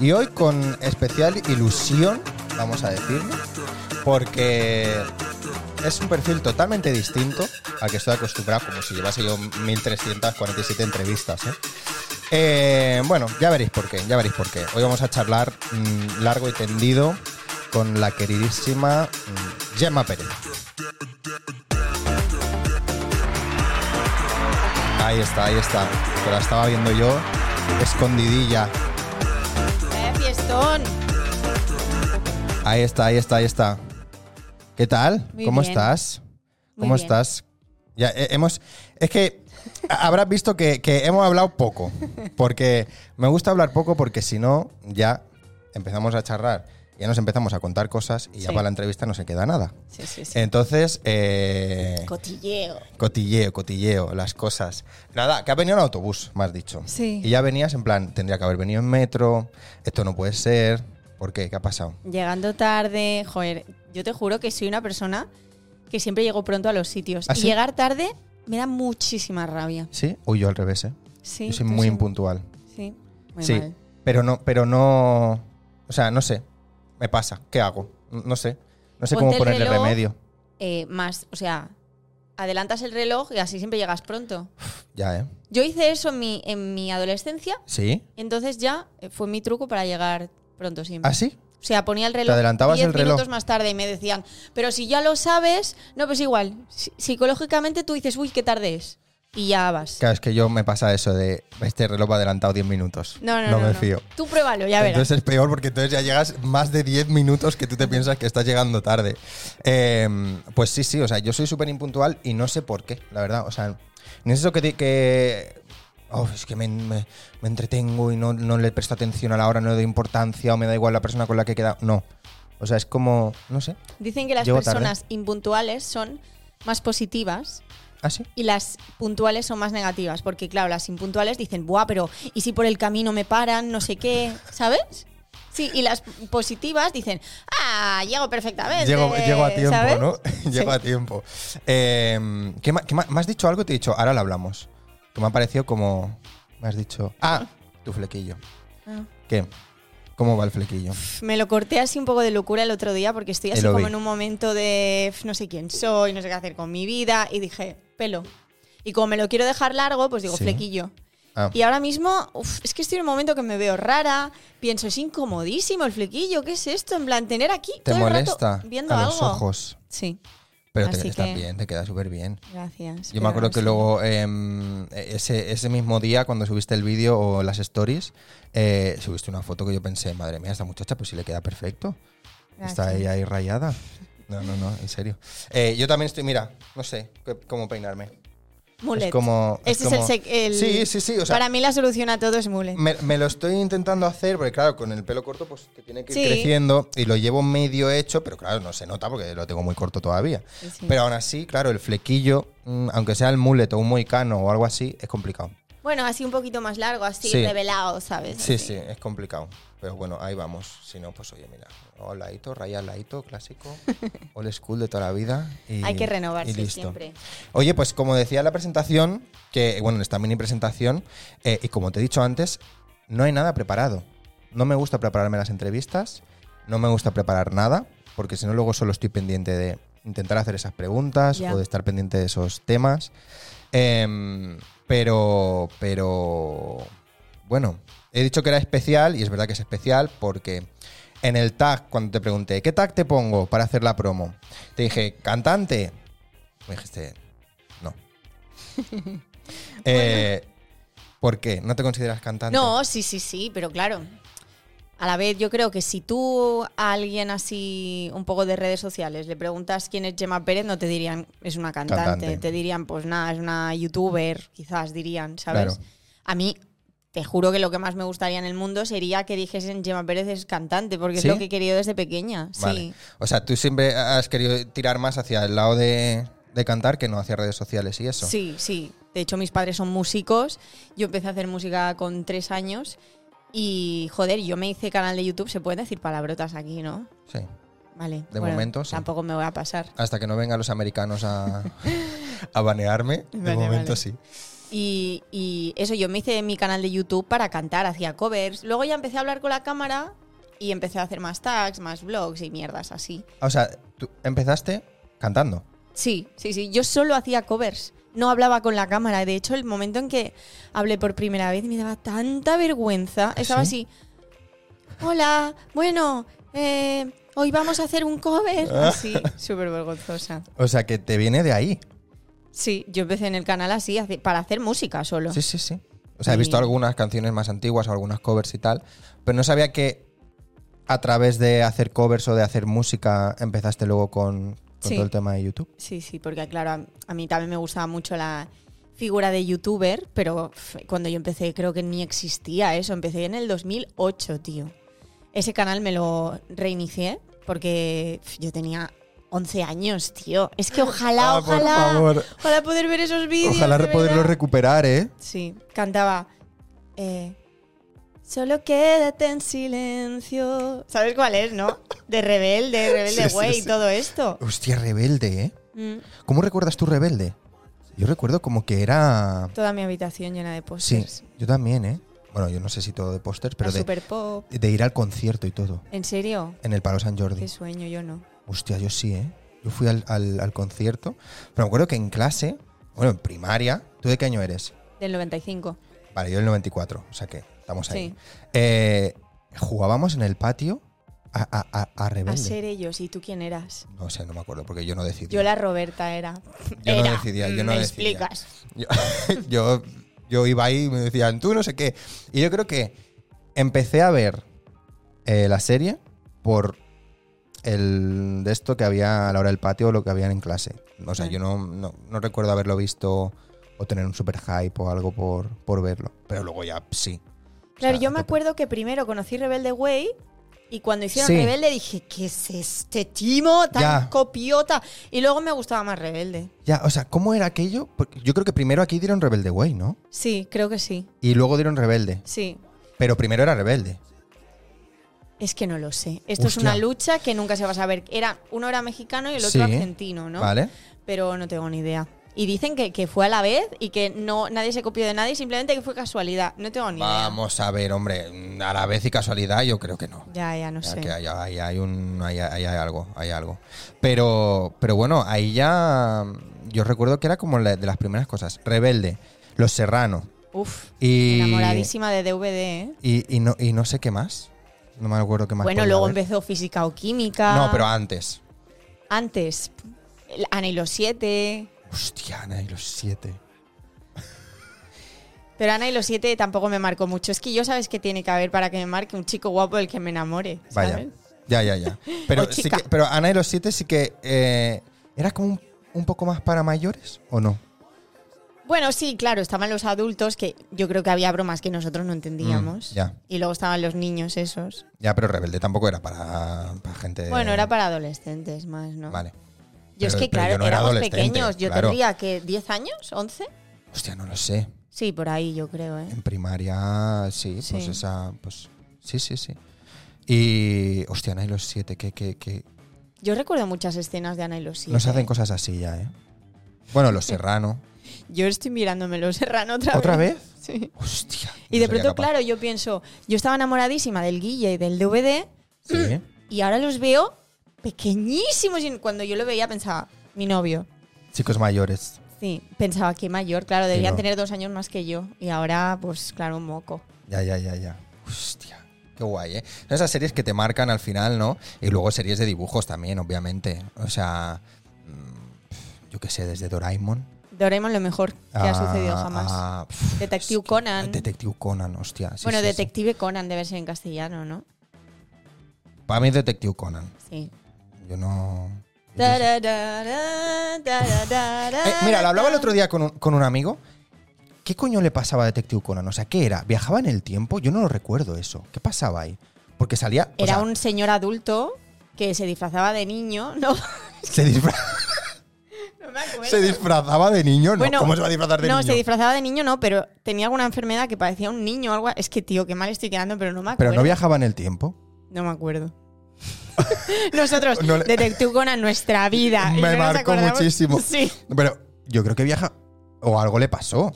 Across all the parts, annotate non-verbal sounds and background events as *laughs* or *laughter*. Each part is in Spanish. Y hoy con especial ilusión, vamos a decirlo, porque es un perfil totalmente distinto al que estoy acostumbrado, como si llevase yo 1347 entrevistas. ¿eh? Eh, bueno, ya veréis por qué, ya veréis por qué. Hoy vamos a charlar mm, largo y tendido con la queridísima mm, Gemma Pérez. Ahí está, ahí está. Que la estaba viendo yo, escondidilla. Vaya Eh, fiestón. Ahí está, ahí está, ahí está. ¿Qué tal? Muy ¿Cómo bien. estás? Muy ¿Cómo bien. estás? Ya eh, hemos. Es que a- habrás visto que, que hemos hablado poco. Porque me gusta hablar poco, porque si no, ya empezamos a charrar, ya nos empezamos a contar cosas y ya Sí. para la entrevista no se queda nada. Sí, sí, sí. Entonces, eh, Cotilleo. cotilleo, cotilleo, las cosas. Nada, que ha venido en autobús, me has dicho. Sí. Y ya venías en plan, tendría que haber venido en metro, esto no puede ser. ¿Por qué? ¿Qué ha pasado? Llegando tarde, joder, yo te juro que soy una persona que siempre llego pronto a los sitios. ¿Ah, y sí? llegar tarde me da muchísima rabia. ¿Sí? Uy, yo al revés, ¿eh? Sí, yo soy tú muy sí. impuntual. Sí, muy sí, mal. pero no, pero no. O sea, no sé. Me pasa. ¿Qué hago? N- No sé. No sé Ponte cómo el ponerle reloj. remedio. Eh, más, o sea, adelantas el reloj y así siempre llegas pronto. Ya, ¿eh? Yo hice eso en mi, en mi adolescencia, ¿Sí? entonces ya eh, fue mi truco para llegar pronto siempre. ¿Ah, sí? O sea, ponía el reloj. adelantabas 10 el reloj. minutos más tarde y me decían, pero si ya lo sabes, no, pues igual. si- psicológicamente tú dices, uy, qué tarde es. Y ya vas. Claro, es que yo me pasa eso de este reloj va adelantado 10 minutos. No, no, no. me no. fío. Tú pruébalo, ya verás. Entonces es peor porque entonces ya llegas más de 10 minutos que tú te piensas que estás llegando tarde. Eh, pues sí, sí, o sea, yo soy súper impuntual y no sé por qué, la verdad. O sea, necesito que... di- que oh, es que me, me- me entretengo y no, no le presto atención a la hora, no le doy importancia o me da igual la persona con la que he quedado. No. O sea, es como... No sé. Dicen que las Llego tarde. personas impuntuales son más positivas ¿Así? y las puntuales son más negativas. Porque, claro, las impuntuales dicen, buah, pero ¿y si por el camino me paran? No sé qué, ¿sabes? Sí, y las positivas dicen, ah, llego perfectamente. Llego, llego a tiempo, ¿sabes? ¿no? *laughs* llego Sí. a tiempo. Eh, ¿qué ma- qué ma- ¿Me has dicho algo? Te he dicho, ahora lo hablamos. Que me ha parecido como... Me has dicho... Ah, tu flequillo. Ah. ¿Qué? ¿Cómo va el flequillo? Me lo corté así un poco de locura el otro día porque estoy Y así lo como vi. en un momento de "F, no sé quién soy, no sé qué hacer con mi vida y dije, pelo. Y como me lo quiero dejar largo, pues digo, Sí. flequillo. Ah, Y ahora mismo, uf, es que estoy en un momento que me veo rara, pienso, es incomodísimo el flequillo, ¿qué es esto? En plan, tener aquí te todo el rato molesta viendo a algo. los ojos. Sí, Pero te, Así está que- bien, te queda súper bien. gracias. Yo pero me acuerdo no que sé. luego em, ese, ese mismo día, cuando subiste el vídeo o las stories, eh, subiste una foto que yo pensé, madre mía, esta muchacha pues sí le queda perfecto. Está Gracias. ahí, ahí rayada. No, no, no, en serio. Eh, yo también estoy, mira, no sé qué- cómo peinarme. Mullet. Es como... Ese es el como- sec- el, Sí, sí, sí. O sea, Mm. para mí la solución a todo es mullet. Me, me lo estoy intentando hacer, porque claro, con el pelo corto pues te tiene que ir Sí. creciendo y lo llevo medio hecho, pero claro, no se nota porque lo tengo muy corto todavía. Sí, sí. Pero aún así, claro, el flequillo, mm, aunque sea el mulet o un moicano o algo así, es complicado. Bueno, así un poquito más largo, así Sí. revelado, ¿sabes? Sí, Así. sí, es complicado. Pero bueno, ahí vamos. Si no, pues oye, mira, o laito, raya laito, *laughs* clásico, old school de toda la vida. y- Hay que y renovarse listo. siempre. Oye, pues como decía en la presentación, que bueno, en esta mini presentación, eh, y como te he dicho antes, no hay nada preparado. No me gusta prepararme las entrevistas, no me gusta preparar nada, porque si no luego solo estoy pendiente de intentar hacer esas preguntas Ya. o de estar pendiente de esos temas. Em, pero, pero, bueno, he dicho que era especial y es verdad que es especial porque en el tag, cuando te pregunté, ¿qué tag te pongo para hacer la promo? Te dije, cantante. Me dijiste, *laughs* no. Eh, ¿Por qué? ¿No te consideras cantante? No, sí, sí, sí, pero claro. A la vez, yo creo que si tú a alguien así, un poco de redes sociales, le preguntas quién es Gemma Pérez, no te dirían, es una cantante. Cantante. Te dirían, pues nada, es una youtuber, quizás dirían, ¿sabes? Claro. A mí, te juro que lo que más me gustaría en el mundo sería que dijesen Gemma Pérez es cantante, porque ¿Sí? es lo que he querido desde pequeña. Vale. Sí. O sea, tú siempre has querido tirar más hacia el lado de, de cantar que no hacia redes sociales y eso. Sí, sí. De hecho, mis padres son músicos. Yo empecé a hacer música con tres años. Y, joder, yo me hice canal de YouTube. Se pueden decir palabrotas aquí, ¿no? Sí. Vale. De momento, sí. Tampoco me voy a pasar. Hasta que no vengan los americanos a, a banearme, de Vale, momento vale. sí. Y, y eso, yo me hice mi canal de YouTube para cantar, hacía covers. Luego ya empecé a hablar con la cámara y empecé a hacer más tags, más vlogs y mierdas así. O sea, tú empezaste cantando. Sí, sí, sí. Yo solo hacía covers. No hablaba con la cámara. De hecho, el momento en que hablé por primera vez me daba tanta vergüenza. Estaba ¿Ah, sí? así. Hola, bueno, eh, hoy vamos a hacer un cover. Ah. Así, súper vergonzosa. O sea, que te viene de ahí. Sí, yo empecé en el canal así, hace- para hacer música solo. Sí, sí, sí. O sea, he visto Y- algunas canciones más antiguas, algunas covers y tal, pero no sabía que a través de hacer covers o de hacer música empezaste luego con, con Sí. todo el tema de YouTube. Sí, sí, porque claro, a, a mí también me gustaba mucho la figura de youtuber, pero f- cuando yo empecé creo que ni existía eso, empecé en el 2008, tío. Ese canal me lo reinicié porque f, yo tenía 11 años, tío. Es que ojalá, Ah, por ojalá, favor. ojalá poder ver esos vídeos. Ojalá de poderlo verdad. recuperar, ¿eh? Sí, cantaba. eh, Solo quédate en silencio. ¿Sabes cuál es, no? De rebelde, *laughs* rebelde, Sí, sí, güey, sí. y todo esto. Hostia, rebelde, ¿eh? Mm. ¿Cómo recuerdas tú rebelde? Yo recuerdo como que era... Toda mi habitación llena de Sí, pósters. yo también, ¿eh? Bueno, yo no sé si todo de pósters, pero La de, super pop. de ir al concierto y todo, ¿En serio? en el Palo San Jordi. Qué sueño, yo no. Hostia, yo sí, ¿eh? Yo fui al, al- al concierto, pero me acuerdo que en clase, bueno, en primaria, ¿tú de qué año eres? Del 95. Vale, yo del 94, o sea que estamos ahí. Sí. Eh, jugábamos en el patio a, a- a- a A Rebelde. ser ellos. ¿Y tú quién eras? No sé, no me acuerdo, porque yo no decidí. Yo la Roberta era. Yo no Era. decidía, yo Mm, no ¿Me decidía. explicas? Yo, yo, yo iba ahí y me decían, tú no sé qué. Y yo creo que empecé a ver eh, la serie por el de esto que había a la hora del patio o lo que habían en clase. O sea, Mm. yo no, no- no recuerdo haberlo visto o tener un super hype o algo por, por verlo. Pero luego ya sí. Claro, sea, yo me a tope. acuerdo que primero conocí Rebelde Way y cuando hicieron Sí. Rebelde dije, ¿qué es este timo tan Ya. copiota? Y luego me gustaba más Rebelde. Ya, o sea, ¿cómo era aquello? Porque yo creo que primero aquí dieron Rebelde Way, ¿no? Sí, creo que sí. Y luego dieron Rebelde. Sí. Pero primero era Rebelde. Es que no lo sé. Esto es Hostia. una lucha que nunca se va a saber. Era, uno era mexicano y el otro Sí. argentino, ¿no? ¿Vale? pero no tengo ni idea. Y dicen que, que fue a la vez y que no nadie se copió de nadie, simplemente que fue casualidad. No tengo ni Vamos a ver, hombre. A la vez y casualidad, yo creo que no. idea. Ya, ya, no Ya sé. que hay, hay- hay un, hay, hay- hay algo, hay algo. Pero, pero bueno, ahí ya mm, yo recuerdo que era como la- de las primeras cosas. Rebelde, Los Serrano Uf, y, enamoradísima de DVD, ¿eh? y, y no, y no sé qué más. No me acuerdo qué más. Bueno, podía luego haber. empezó física o química. No, pero antes. antes. el Ana y los siete. Hostia, Ana y los siete. Pero Ana y los siete tampoco me marcó mucho. Es que yo sabes que tiene que haber para que me marque un chico guapo del que me enamore. Vaya. ¿sabes? Ya, ya, *laughs* ya. Pero, O sí chica. que- pero Ana y los siete sí que eh, era como un, un poco más para mayores, ¿o no? Bueno, sí, claro, estaban los adultos que yo creo que había bromas que nosotros no entendíamos. Mm, ya. Y luego estaban los niños esos. Ya, pero Rebelde tampoco era para, para gente. Bueno, era para adolescentes más, ¿no? Eh, Vale. Yo es Pero- pero que, claro, yo no era éramos adolescente, pequeños. Yo claro. tendría que 10 años, 11. Hostia, no lo sé. Sí, por ahí yo creo, ¿eh? En primaria, sí, pues Sí. esa. Pues, sí, sí, sí. Y. Hostia, Ana y los siete, que, que, que Yo recuerdo muchas escenas de Ana y los siete. nos hacen cosas así ya, ¿eh? Bueno, los *laughs* serrano. Yo estoy mirándome los serrano otra, ¿Otra vez. vez? Sí. Hostia. Y no de sería pronto, capaz. claro, yo pienso, yo estaba enamoradísima del Guille y del DVD Sí. y ahora los veo pequeñísimos. Y cuando yo lo veía pensaba, mi novio. Chicos mayores. Sí, pensaba que mayor, claro, debían no. tener dos años más que yo. Y ahora, pues claro, un moco. Ya, ya, ya, ya. Hostia. Qué guay, ¿eh? Son esas series que te marcan al final, ¿no? Y luego series de dibujos también, obviamente. O sea. mm, Yo qué sé, desde Doraemon. Doraemon lo mejor que ha a- sucedido jamás. a- pf, Detective hostia, Conan. Ah, Detective Conan, hostia. sí, bueno, sí, sí. Detective Conan debe ser en castellano, ¿no? Para mí es Detective Conan. Sí. Yo no. yo no sé. Tararara, tararara. Eh, mira, lo hablaba el otro día con un, con un amigo. ¿Qué coño le pasaba a Detective Conan? O sea, ¿qué era? ¿Viajaba en el tiempo? Yo no lo recuerdo eso. ¿Qué pasaba ahí? Porque salía. o Era sea, un señor adulto que se disfrazaba de niño, *laughs* ¿no? Se, disfra- *laughs* no me acuerdo. se disfrazaba de niño, ¿no? Bueno, ¿Cómo se va a disfrazar de no, niño? se disfrazaba de niño, no, pero tenía alguna enfermedad que parecía un niño o algo. Es que, tío, qué mal estoy quedando, pero no me acuerdo. Pero no viajaba en el tiempo. No *laughs* me acuerdo. Nosotros, No le- Detective Conan, nuestra vida. y Me no nos marcó acordamos- muchísimo. Sí. Pero yo creo que viaja. O algo le pasó.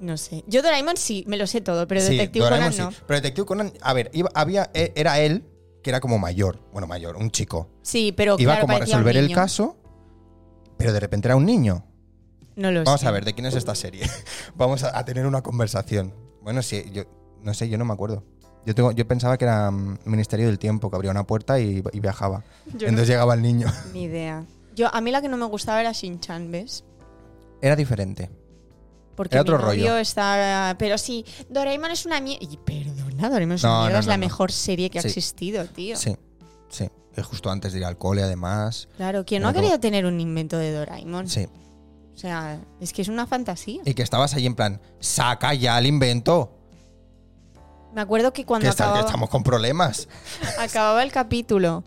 No sé. Yo Doraemon sí, me lo sé todo, pero Sí, Detective Doraemon Conan no. sí. Pero Detective Conan, a ver, iba- había, e- era él, que era como mayor, bueno, mayor, un chico. Sí, iba pero Oh, claro, como a parecía un resolver el niño. caso, pero de repente era un niño. No lo Vamos sé. a ver, ¿de quién es esta serie? *laughs* Vamos a, a tener una conversación. Bueno, sí, yo no sé, yo no me acuerdo. Yo, tengo, yo pensaba que era mm, Ministerio del Tiempo, que abría una puerta y, y viajaba. Yo Entonces llegaba el niño. *laughs* no- ni idea. Yo, a mí la que no me gustaba era Shin-Chan, ¿ves? Era diferente. Porque Era otro mi novio rollo. está. Pero sí, Doraemon es una mierda. Y perdona, Doraemon es No, una no, mierda. es no, la no. mejor serie que ha Sí. existido, tío. Sí, sí. Y justo antes de ir al cole, además. Claro, quien no ha Pero- querido tener un invento de Doraemon. Sí. O sea, es que es una fantasía. Y que estabas ahí en plan, saca ya el invento. Me acuerdo que cuando Que, está- que acababa, estamos con problemas. acababa el capítulo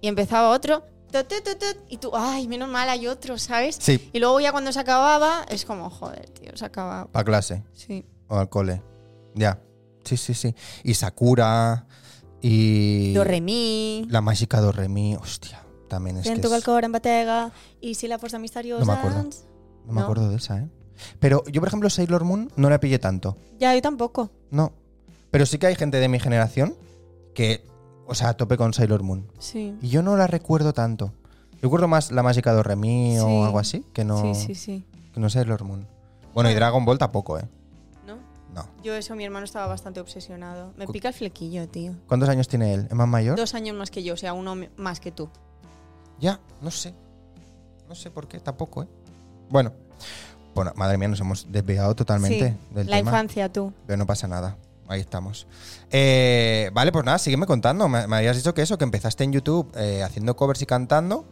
y empezaba otro, tut, tut, tut, tut, y tú, ay, menos mal hay otro, ¿sabes? Sí. Y luego ya cuando se acababa, es como, joder, tío, se acaba. Para clase Sí. o al cole. Ya. Sí, sí, sí. Y Sakura. Y. Doremi, La mágica Doremi. Hostia. También es que. Dentro es- del cobra en batega, y si la fuerza misteriosa. No me acuerdo. No me No. acuerdo de esa, ¿eh? Pero yo, por ejemplo, Sailor Moon no la pillé tanto. Ya, yo tampoco. No. Pero sí que hay gente de mi generación que, o sea, a tope con Sailor Moon. Sí. Y yo no la recuerdo tanto. Recuerdo más la mágica de Remy Sí. o algo así que no, Sí, sí, sí. Ah. que no Sailor Moon. Bueno, y Dragon Ball tampoco, ¿eh? ¿No? No. Yo eso, mi hermano estaba bastante obsesionado. Me Cu- pica el flequillo, tío. ¿Cuántos años tiene él? ¿Es más mayor? Dos años más que yo, o sea, uno me- más que tú. Ya, no sé. No sé por qué tampoco, ¿eh? Bueno. Bueno, madre mía, nos hemos desviado totalmente Sí, del la tema. infancia, tú. Pero no pasa nada. Ahí estamos. Eh, vale, pues nada, sígueme contando. Me, me habías dicho que eso, que empezaste en YouTube eh, haciendo covers y cantando.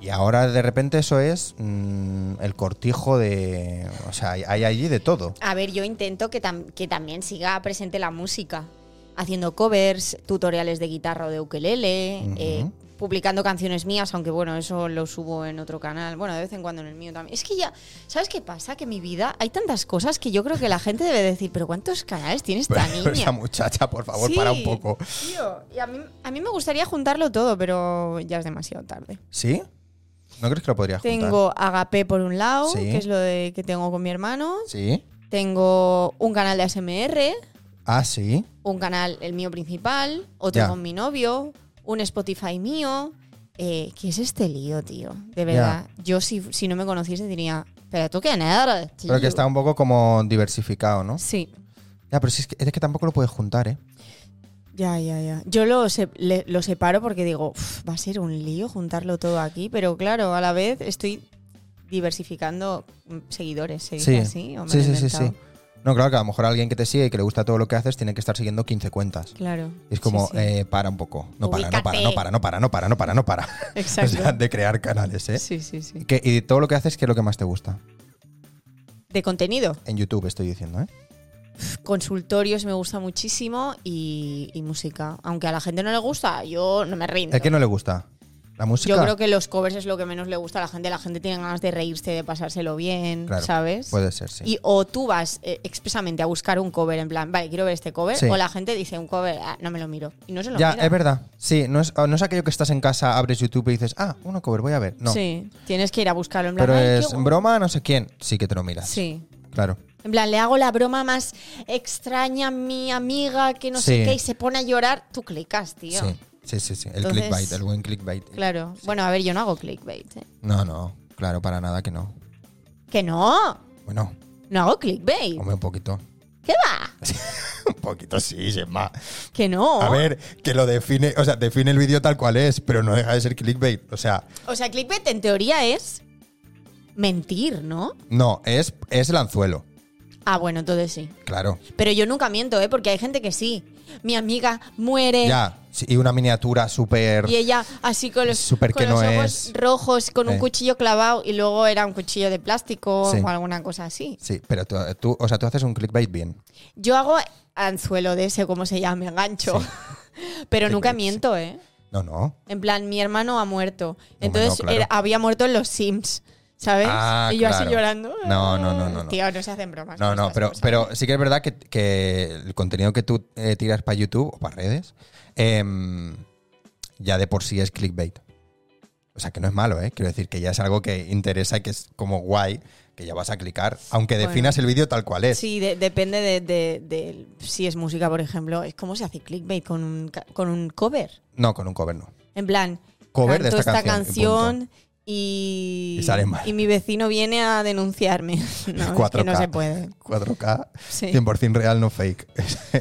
Y ahora de repente eso es mm, el cortijo de. O sea, hay, hay allí de todo. A ver, yo intento que, tam- que también siga presente la música, haciendo covers, tutoriales de guitarra o de ukelele, Ujú. eh, publicando canciones mías, aunque bueno, eso lo subo en otro canal, bueno, de vez en cuando en el mío también. Es que ya, ¿sabes qué pasa? Que en mi vida hay tantas cosas que yo creo que la gente debe decir, pero ¿cuántos canales tiene *laughs* esta Pero niña? esa muchacha, por favor, Sí, para un poco. tío, y a, mí, a mí me gustaría juntarlo todo, pero ya es demasiado tarde. ¿Sí? ¿No crees que lo podrías juntar? Tengo Agape por un lado, Sí. que es lo de que tengo con mi hermano. ¿Sí? Tengo un canal de ASMR. Ah, sí. un canal, el mío principal, otro Ya. con mi novio, un Spotify mío. Eh, ¿Qué es este lío, tío? De verdad. Yo, si, si no me conociese, diría, pero tú qué nerd, tío. Pero que está un poco como diversificado, ¿no? Sí. Ya, pero si es, que, es que tampoco lo puedes juntar, ¿eh? Ya, ya, ya. Yo lo, se- le- lo separo porque digo, "Uf, va a ser un lío juntarlo todo aquí, pero claro, a la vez estoy diversificando mm, seguidores, ¿se dice así? ¿O me sí, lo he sí, sí, inventado? sí. No, claro que a lo mejor alguien que te sigue y que le gusta todo lo que haces tiene que estar siguiendo 15 cuentas. Claro. Y es como, Sí, sí. eh, para un poco. No para, no para, Ubícate. no para, no para, no para, no para, no para. *laughs* O *laughs* Exacto. sea, de crear canales, ¿eh? Sí, sí, sí. Que- y todo lo que haces, ¿qué es lo que más te gusta? De contenido. En YouTube estoy diciendo, ¿eh? consultorios me gusta muchísimo y, y música. Aunque a la gente no le gusta, yo no me rindo. ¿A qué no le gusta? ¿La música? yo creo que los covers es lo que menos le gusta a la gente. La gente tiene ganas de reírse, de pasárselo bien, Claro, ¿sabes? Puede ser, sí. Y o tú vas eh, expresamente a buscar un cover en plan, vale, quiero ver este cover, Sí. o la gente dice un cover, ah, no me lo miro. Y no se lo ya, mira. es verdad. Sí, no es, no es aquello que estás en casa, abres YouTube y dices, ah, uno cover, voy a ver. No. Sí, tienes que ir a buscarlo en plan. Pero "Ay, qué es guay". broma, no sé quién. Sí que te lo miras. Sí. Claro. En plan, le hago la broma más extraña a mi amiga que no Sí. sé qué y se pone a llorar, tú clicas, tío. Sí, sí, sí. sí. El Entonces- clickbait, el buen clickbait. Claro. Bueno, a ver, yo no hago clickbait. ¿eh? No, no. Claro, para nada que no. Que no. Bueno, No hago clickbait. hombre, un poquito. *laughs* ¿Qué va? un poquito sí, es más. Que no. A ver, que lo define, o sea, define el vídeo tal cual es, pero no deja de ser clickbait. O sea, O sea, clickbait en teoría es mentir, ¿no? no, es, es el anzuelo, Ah, bueno, entonces sí. claro. Pero yo nunca miento, ¿eh? Porque hay gente que sí. Mi amiga muere Ya, sí, y una miniatura súper... Eh. y ella así con los, Súper con que los no ojos es. rojos, con Eh. un cuchillo clavado y luego era un cuchillo de plástico Sí. o alguna cosa así. Sí, pero tú, tú- o sea, tú haces un clickbait bien. Yo hago anzuelo de ese, como se llama, gancho. *laughs* Pero nunca Clickbait, sí. miento, ¿eh? No, no. En plan, mi hermano ha muerto. no, Entonces claro. era- había muerto en los Sims, ¿sabes? Ah, y yo claro. así llorando. No, no, no, no, no. Tío, no se hacen bromas. No, con no, estas pero, cosas. pero sí que es verdad que, que el contenido que tú eh, tiras para YouTube o para redes, em, ya de por sí es clickbait. O sea, que no es malo, ¿eh? Quiero decir que ya es algo que interesa y que es como guay, que ya vas a clicar, aunque Bueno. definas el vídeo tal cual es. Sí, de- depende de, de- de si es música, por ejemplo. Es como se hace clickbait con un, ca- con un cover. No, con un cover no. En plan, Cover de canto esta esta canción, canción y, Y sale mal. y mi vecino viene a denunciarme. *laughs* No, es que 4K. no se puede. 4K, Sí. 100% real, no fake. *laughs*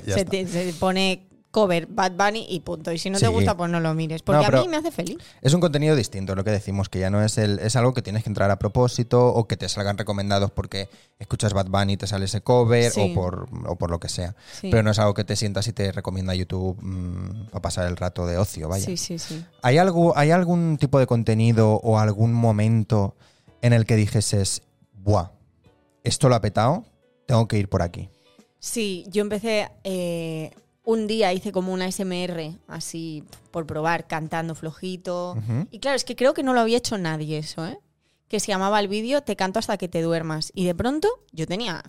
Ya se, está. te- se pone cover Bad Bunny y punto. Y si no Sí. te gusta, pues no lo mires. No, Porque pero- a mí me hace feliz. Es un contenido distinto, es lo que decimos, que ya no es el. Es algo que tienes que entrar a propósito o que te salgan recomendados porque escuchas Bad Bunny y te sale ese cover Sí. o, por, o por lo que sea. Sí. Pero no es algo que te sientas y te recomienda YouTube para pasar el rato de ocio, vaya. Sí, sí, sí. ¿Hay, algo, ¿Hay algún tipo de contenido o algún momento en el que dijeses, buah, esto lo ha petado, tengo que ir por aquí? Sí, yo empecé. eh, un día hice como una SMR, así por probar, cantando flojito. Ujú. Y claro, es que creo que no lo había hecho nadie eso, ¿eh? Que se llamaba el vídeo Te canto hasta que te duermas. Y de pronto yo tenía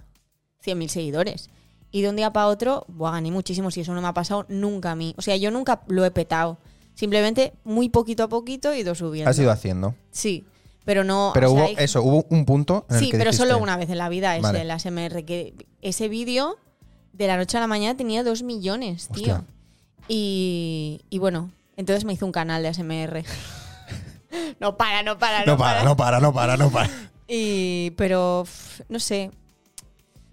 100.000 seguidores. Y de un día para otro, buah, gané muchísimo. Si eso no me ha pasado nunca a mí. O sea, yo nunca lo he petado. Simplemente muy poquito a poquito he ido subiendo. Has ido haciendo. Sí, pero no. Pero o sea, hubo hay- eso, hubo un punto en el Sí, que pero solo dijiste, una vez en la vida es Vale. el ASMR. Que ese vídeo de la noche a la mañana tenía dos millones, Hostia. tío. Y, y bueno, entonces me hizo un canal de ASMR. *laughs* no para, no para, no, No para, no para, no para, no para. Y, pero f- no sé.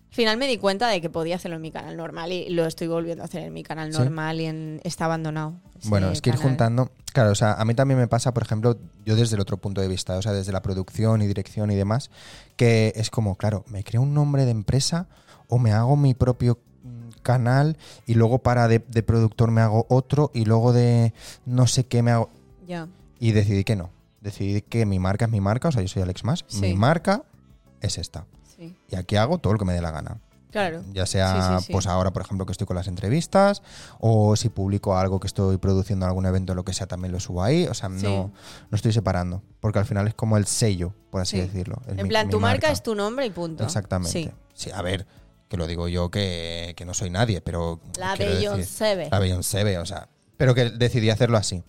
Al final me di cuenta de que podía hacerlo en mi canal normal y lo estoy volviendo a hacer en mi canal Sí. normal y en, está abandonado. ese Bueno, es que ir canal. juntando. Claro, o sea, a mí también me pasa, por ejemplo, yo desde el otro punto de vista, o sea, desde la producción y dirección y demás, que es como, claro, me creo un nombre de empresa o me hago mi propio mm, canal y luego para de, de productor me hago otro y luego de no sé qué me hago. Ya. Y decidí que no. Decidí que mi marca es mi marca, o sea, yo soy Alex Más, Sí. mi marca es esta. Sí. Y aquí hago todo lo que me dé la gana. Claro. Ya sea, Sí, sí, sí. pues ahora, por ejemplo, que estoy con las entrevistas, o si publico algo que estoy produciendo algún evento, lo que sea, también lo subo ahí. O sea, Sí. no, no estoy separando, porque al final es como el sello, por así Sí. decirlo. es En mi- plan, mi tu marca es tu nombre y punto. Exactamente. Sí. Sí. a ver, que lo digo yo que, que no soy nadie, pero. La quiero decir- Beyoncé ve. La Beyoncé, ve, o sea. Pero que decidí hacerlo así.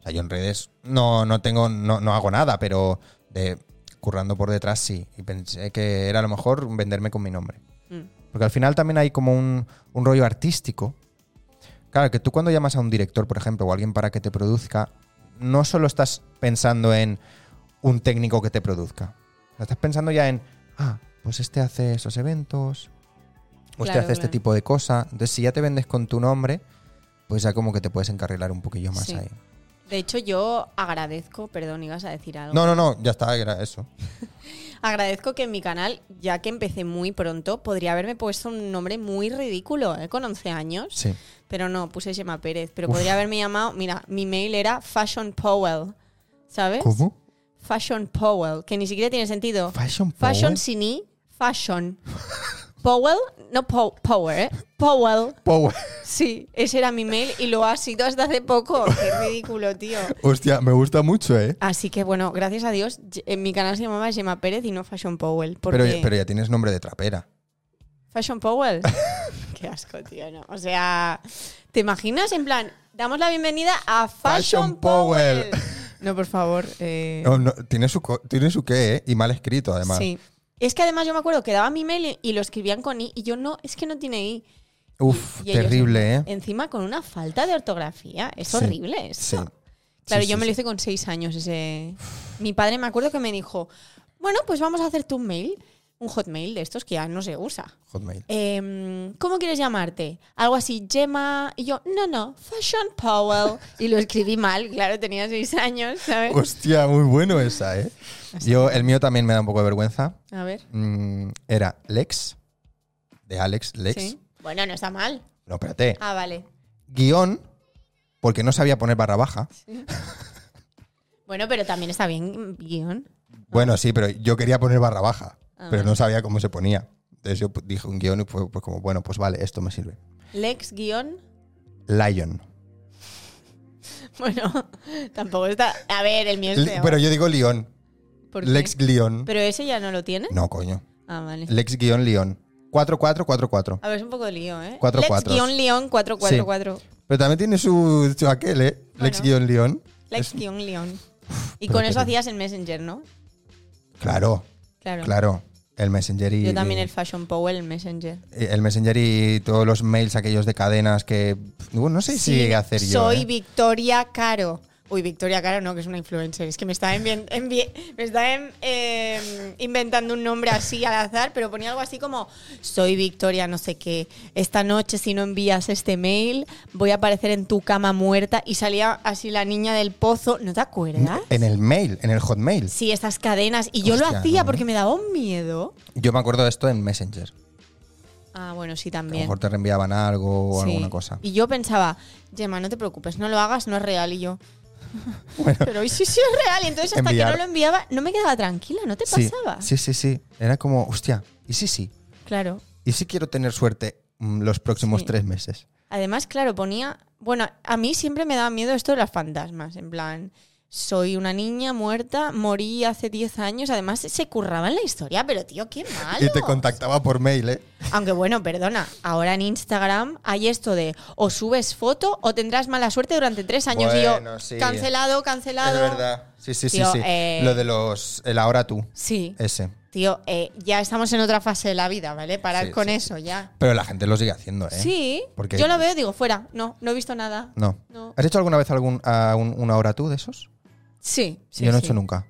O sea, yo en redes no, no tengo, no, no hago nada, pero de currando por detrás sí. Y pensé que era a lo mejor venderme con mi nombre. Mm. Porque al final también hay como un, un rollo artístico. Claro, que tú cuando llamas a un director, por ejemplo, o a alguien para que te produzca, no solo estás pensando en un técnico que te produzca. Estás pensando ya en, ah, pues este hace esos eventos, o este Claro, hace este claro. tipo de cosa. Entonces, si ya te vendes con tu nombre, pues ya como que te puedes encarrilar un poquillo más Sí. ahí. De hecho, yo agradezco, perdón, ibas a decir algo. No, no, no, ya está, era eso. Agradezco que en mi canal, ya que empecé muy pronto, podría haberme puesto un nombre muy ridículo, ¿eh? con 11 años. Sí. Pero no, puse Gemma Pérez. Pero Uf. podría haberme llamado, mira, mi mail era Fashion Powell. ¿Sabes? ¿Cómo? Fashion Powell, que ni siquiera tiene sentido. Fashion Power. Fashion sin I, Fashion. Powell, no po- Power, ¿eh? Powell. Power. *laughs* Sí, ese era mi mail y lo ha sido hasta hace poco. Qué ridículo, tío. Hostia, me gusta mucho, ¿eh? Así que bueno, gracias a Dios, ye- en mi canal se llamaba Gemma Pérez y no Fashion Powell. Porque Pero, eh, pero ya tienes nombre de trapera. Fashion Powell. *laughs* Qué asco, tío, ¿no? O sea, ¿te imaginas? En plan, damos la bienvenida a Fashion, Fashion Powell. Powell. *laughs* No, por favor. eh, No, no, tiene, su, co- tiene su qué, ¿eh? Y mal escrito, además. sí. Es que además yo me acuerdo que daba mi mail y y lo escribían con I y yo no, es que no tiene I. Uf, Y ellos terrible, ¿eh? Encima con una falta de ortografía. Es Sí, horrible eso. sí. Claro, Sí, yo sí, sí. me lo hice con seis años ese. Mi padre me acuerdo que me dijo, bueno, pues vamos a hacerte un mail, un hotmail de estos que ya no se usa. Hotmail. Em, ¿Cómo quieres llamarte? Algo así, Gemma. Y yo, no, no, Fashion Powell. Y lo escribí mal, claro, tenía seis años, *laughs* ¿sabes? Hostia, muy bueno esa, ¿eh? Yo, el mío también me da un poco de vergüenza. A ver. Mm, era Lex, de Alex, Lex. Sí. Bueno, no está mal. No, espérate. Ah, vale. Guión, porque no sabía poner barra baja. Bueno, pero también está bien, guión. Bueno, sí, pero yo quería poner barra baja, Ah, pero vale. no sabía cómo se ponía. Entonces yo pu- dije un guión y fue pues como, bueno, pues vale, esto me sirve. Lex, guión. *laughs* Lion. Bueno, tampoco está. A ver, el mío es Li- peor. pero yo digo León. ¿Por qué? Lex León. Pero ese ya no lo tiene. No, coño. Ah, vale. Lex guión León. 4444. A ver, es un poco de lío, ¿eh? Cuatro Lex, cuatros. guión, león, 444. Pero también tiene su, su aquel, ¿eh? Bueno. Lex guión León. Lex, guión, león. Y Pero con que eso te- hacías el Messenger, ¿no? Claro, Claro. claro. El Messenger y. eh, Yo también el Fashion Power, el Messenger. el Messenger y todos los mails aquellos de cadenas que. Bueno, no sé si Sí, llegué a hacer yo. Soy ¿eh? Victoria Caro. Uy, Victoria Caro no, que es una influencer. Es que me estaba, envi- envi- me estaba em, em, inventando un nombre así al azar, pero ponía algo así como, soy Victoria no sé qué. Esta noche si no envías este mail, voy a aparecer en tu cama muerta. Y salía así la niña del pozo. ¿No te acuerdas? En el mail, en el Hotmail. Sí, estas cadenas. Y yo lo Mm. Hostia, hacía no. porque me daba un miedo. Yo me acuerdo de esto en Messenger. Ah, bueno, sí, A lo también. mejor te reenviaban algo o Sí. alguna cosa. Y yo pensaba, Gemma, no te preocupes, no lo hagas, no es *laughs* real. Y yo, pero hoy sí, sí es real. Y entonces hasta Enviar. que no lo enviaba, no me quedaba tranquila, no te Sí, pasaba. sí, sí, sí. Era como, hostia, y sí, sí. Claro. Y sí quiero tener suerte mm, los próximos Sí. tres meses. Además, claro, ponía. Bueno, a mí siempre me daba miedo esto de las fantasmas. En plan, soy una niña muerta, morí hace 10 años. Además, se curraban la historia, pero tío, qué malo. *laughs* Y te contactaba por mail, ¿eh? Aunque bueno, perdona, ahora en Instagram hay esto de o subes foto o tendrás mala suerte durante tres años. y yo, Bueno, sí. cancelado, cancelado. Es verdad. Sí, sí, sí, Tío, sí. eh, Lo de los. El ahora tú. Sí, Ese. tío, eh, ya estamos en otra fase de la vida, ¿vale? Parar Sí, con sí, eso ya. Pero la gente lo sigue haciendo, ¿eh? Sí, Porque- yo lo veo y digo, fuera, no, no he visto nada. No. No. ¿Has hecho alguna vez algún, a un, una hora tú de esos? Sí, sí. Yo no he sí. hecho nunca.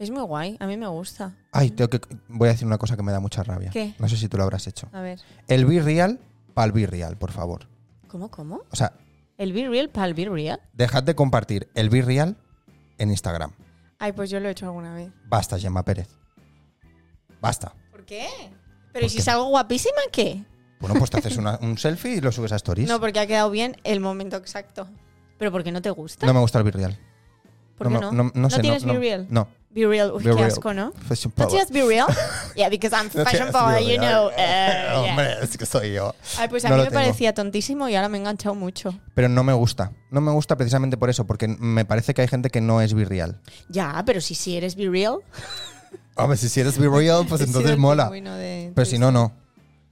Es muy guay, a mí me gusta. Ay, tengo que, voy a decir una cosa que me da mucha rabia. ¿Qué? No sé si tú lo habrás hecho. A ver, El Be Real pa'l Be Real, por favor. ¿cómo, cómo? O sea, ¿El Be Real para el Be Real? dejad de compartir el Be Real en Instagram. Ay, pues yo lo he hecho alguna vez. Basta, Gemma Pérez. Basta. ¿Por qué? ¿Pero ¿Por ¿y si qué? salgo guapísima, qué? Bueno, pues te haces una- un selfie y lo subes a Stories. No, porque ha quedado bien el momento exacto. ¿Pero por qué no te gusta? No me gusta el Be Real. ¿Por qué me- no? no sé, tienes no, Be Real? No. Pues, Be Real, uy, Be qué Real. asco, ¿no? Fashion ¿No power. tienes Be *laughs* Real? Yeah, because I'm No fashion tienes power, Be Real. *laughs* you know. eh, Hombre, yeah. es que soy yo. Ay, pues a No mí lo me tengo. parecía tontísimo y ahora me he enganchado mucho. Pero no me gusta. No me gusta precisamente por eso, porque me parece que hay gente que no es virreal. Ya, pero si sí eres Be *laughs* Real. *laughs* Hombre, si eres virreal, pues He sido entonces el mola. Pues, pingüino de- Pero si no, no.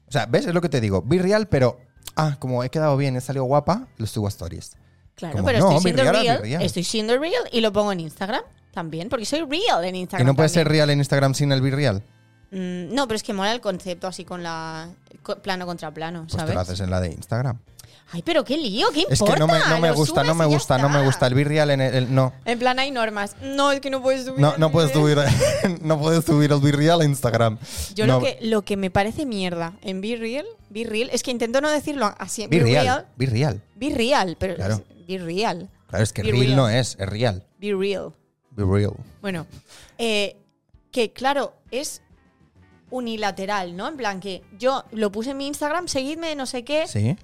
O sea, ¿ves? Es lo que te digo. Virreal, pero. Ah, como he quedado bien, he salido guapa, lo subo a stories. Claro, como, pero no, estoy Be siendo Real, real, Be Real. Estoy siendo real y lo pongo en Instagram también, porque soy real en Instagram. Que no puede ser también. real en Instagram sin el virreal. Mm, no, pero es que mola el concepto así con la co- plano contra plano, Pues ¿sabes? te lo haces en la de Instagram. Ay, pero qué lío, qué Es importa. que no me, no me Lo gusta, no subes me y ya gusta, no me está. gusta. El virreal en el. el- no. En plan hay normas. No, es que no puedes subir. No, no puedes subir. subir, *laughs* no puedes subir el virreal a Instagram. Yo no, lo, que, lo que me parece mierda en Be Real, Be Real, es que intento no decirlo así. Be, Virreal, real. virreal. Be real, pero Claro. es Be real. Claro, es que Be real real. no es, es real. Be real. Be real. Bueno, eh, que claro, es unilateral, ¿no? En plan que yo lo puse en mi Instagram, seguidme, no sé qué. Sí.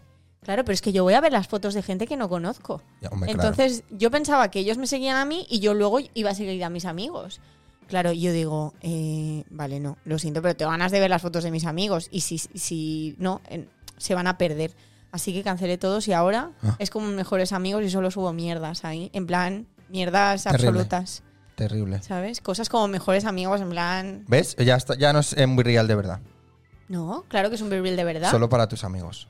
Claro, pero es que yo voy a ver las fotos de gente que no conozco. Ya, hombre, claro. Entonces yo pensaba que ellos me seguían a mí y yo luego iba a seguir a mis amigos. Claro, yo digo, eh, vale, no, lo siento, pero tengo ganas de ver las fotos de mis amigos y si, si no, en- se van a perder. Así que cancelé todos y ahora Ah. es como mejores amigos y solo subo mierdas ahí. En plan, mierdas Terrible. absolutas, Terrible. ¿sabes? Cosas como mejores amigos, en plan... ¿Ves? Ya, está, ya no es en virreal de verdad. No, claro que es un be real de verdad. Solo para tus amigos.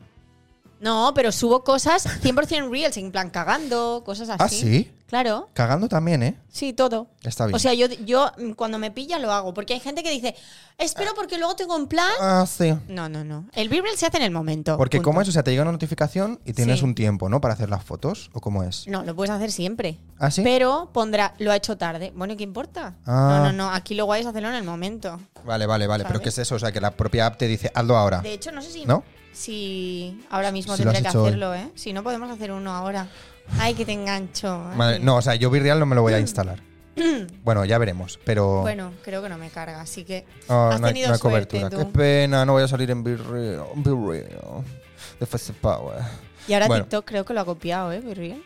No, pero subo cosas 100% reels, en plan cagando, cosas así. Ah, sí. Claro, Cagando también, ¿eh? sí, todo. Está bien. O sea, yo, yo mm, cuando me pilla lo hago, porque hay gente que dice, espero porque luego tengo un plan. ah, sí. No, no, no. El viral se hace en el momento. Porque punto. ¿cómo es? O sea, te llega una notificación y tienes Sí. un tiempo, ¿no? Para hacer las fotos. ¿O cómo es? No, lo puedes hacer siempre. ¿Ah, sí? Pero pondrá, lo ha hecho tarde. Bueno, ¿y ¿qué importa? Ah. No, no, no. Aquí lo guay es hacerlo en el momento. Vale, vale, vale. ¿Pero ¿Sabes? qué es eso? O sea, que la propia app te dice, hazlo ahora. De hecho, no sé si. Ah. ¿No? Si ahora mismo Si lo has tendré que hecho hoy. hacerlo, ¿eh? Si no, podemos hacer uno ahora. Ay, que te engancho. ay. Madre- no, o sea, yo virreal no me lo voy a *clears throat* instalar. bueno, ya veremos. Pero... Bueno, creo que no me carga, así que. Ah, has no, hay, tenido no hay suerte, cobertura. Qué tú. pena, no voy a salir en virreal. Virreal. The Fast Power. Y ahora Bueno. TikTok creo que lo ha copiado, ¿eh? Be Real.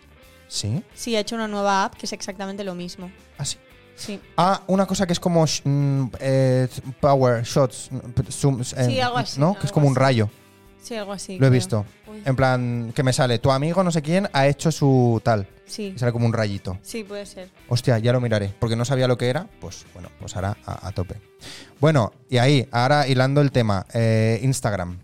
¿Sí? Sí, ha hecho una nueva app que es exactamente lo mismo. Ah, sí. Sí. Ah, una cosa que es como sh- mm, eh, power shots, mm, p- zooms, eh, Sí, algo así, ¿no? Que es algo como un así. rayo. Sí, algo así. Lo he creo. visto. Uy. En plan, que me sale, tu amigo no sé quién ha hecho su tal. Sí, Y sale como un rayito. sí, puede ser. Hostia, ya lo miraré. Porque no sabía lo que era. Pues bueno, pues ahora a, a tope. Bueno, y ahí, ahora hilando el tema. eh, Instagram.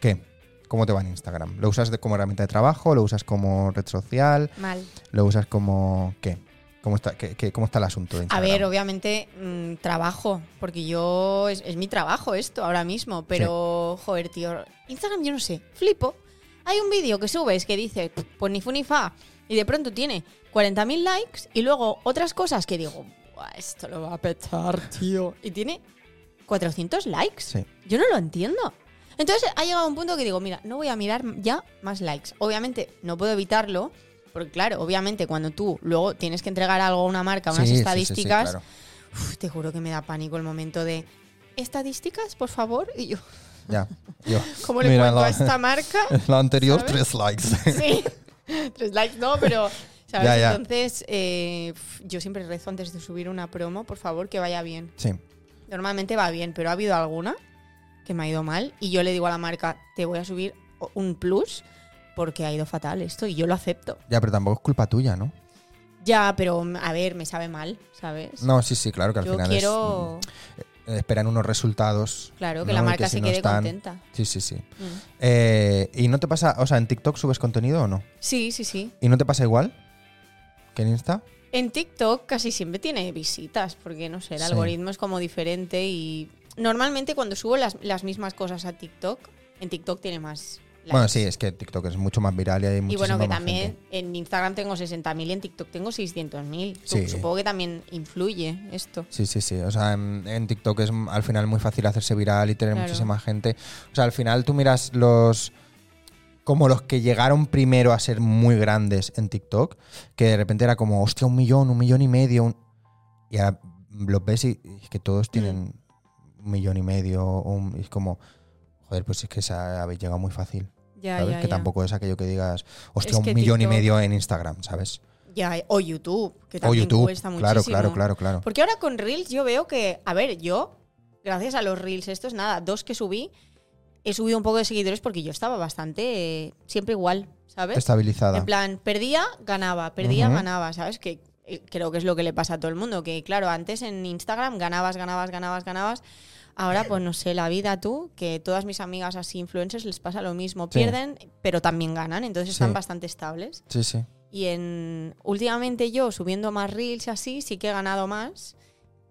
¿Qué? ¿Cómo te va en Instagram? ¿Lo usas de- como herramienta de trabajo? ¿Lo usas como red social? Mal. ¿Lo usas como qué? ¿Cómo está, qué- qué- cómo está el asunto de A Instagram? ver, obviamente mm, trabajo, porque yo es, es mi trabajo esto ahora mismo, pero joder, tío, Instagram yo no sé, flipo. Hay un vídeo que subes que dice, pues ni fu ni fa, y de pronto tiene 40.000 likes y luego otras cosas que digo, "Buah, esto lo va a petar, tío, y tiene 400 likes. Sí. Yo no lo entiendo. Entonces ha llegado un punto que digo, mira, no voy a mirar ya más likes. Obviamente no puedo evitarlo, porque claro, obviamente cuando tú luego tienes que entregar algo a una marca, unas Sí, sí, sí, sí, estadísticas, claro. uf, te juro que me da pánico el momento de estadísticas, por favor. Y yo, *laughs* Ya. Yo, ¿cómo le mira, cuento la- a *laughs* esta marca? La anterior, ¿Sabes? tres likes. Sí, *laughs* tres likes no, pero, ¿sabes? Ya, ya. Entonces, eh, uf, yo siempre rezo antes de subir una promo, por favor, que vaya bien. sí. Normalmente va bien, pero ha habido alguna que me ha ido mal y yo le digo a la marca, te voy a subir o- un plus porque ha ido fatal esto y yo lo acepto. Ya, pero tampoco es culpa tuya, ¿no? Ya, pero a ver, me sabe mal, ¿sabes? No, sí, sí, claro que al yo final es- quiero, eh, esperan unos resultados. claro, que ¿no? la Y marca si se no quede están- contenta. Sí, sí, sí. Mm. Eh, ¿Y no te pasa, o sea, en TikTok subes contenido o no? Sí, sí, sí. ¿Y no te pasa igual que en Insta? En TikTok casi siempre tiene visitas, porque no sé, el Sí. algoritmo es como diferente y normalmente cuando subo las, las mismas cosas a TikTok, en TikTok tiene más... likes. Bueno, sí, es que TikTok es mucho más viral y hay Y muchísima bueno, que más también gente. en Instagram tengo 60.000 y en TikTok tengo 600.000. Tú- Sí. Supongo que también influye esto. Sí, sí, sí. O sea, en, en TikTok es mm, al final muy fácil hacerse viral y tener Claro. muchísima gente. O sea, al final tú miras los... Como los que llegaron primero a ser muy grandes en TikTok, que de repente era como, hostia, un millón, un millón y medio. un- Y ahora los ves y y es que todos tienen un millón y medio. un- y es como, joder, pues es que se ha- habéis llegado muy fácil. Ya, ¿sabes? ya, que ya. tampoco es aquello que digas, hostia, Es un que millón TikTok- y medio en Instagram, ¿sabes? Ya, o YouTube, que O también YouTube. cuesta muchísimo. Claro, claro, claro, claro. Porque ahora con Reels yo veo que, a ver, yo, gracias a los Reels, esto es nada, dos que subí, he subido un poco de seguidores porque yo estaba bastante, eh, siempre igual, ¿sabes? Estabilizada. En plan, perdía, ganaba, perdía, Ujú. ganaba, ¿sabes? Que eh, creo que es lo que le pasa a todo el mundo, que claro, antes en Instagram ganabas, ganabas, ganabas, ganabas. Ahora, pues no sé, la vida tú, que todas mis amigas así influencers les pasa lo mismo, Sí. pierden, pero también ganan, entonces están Sí. bastante estables. Sí, sí. Y en últimamente yo subiendo más reels y así, sí que he ganado más.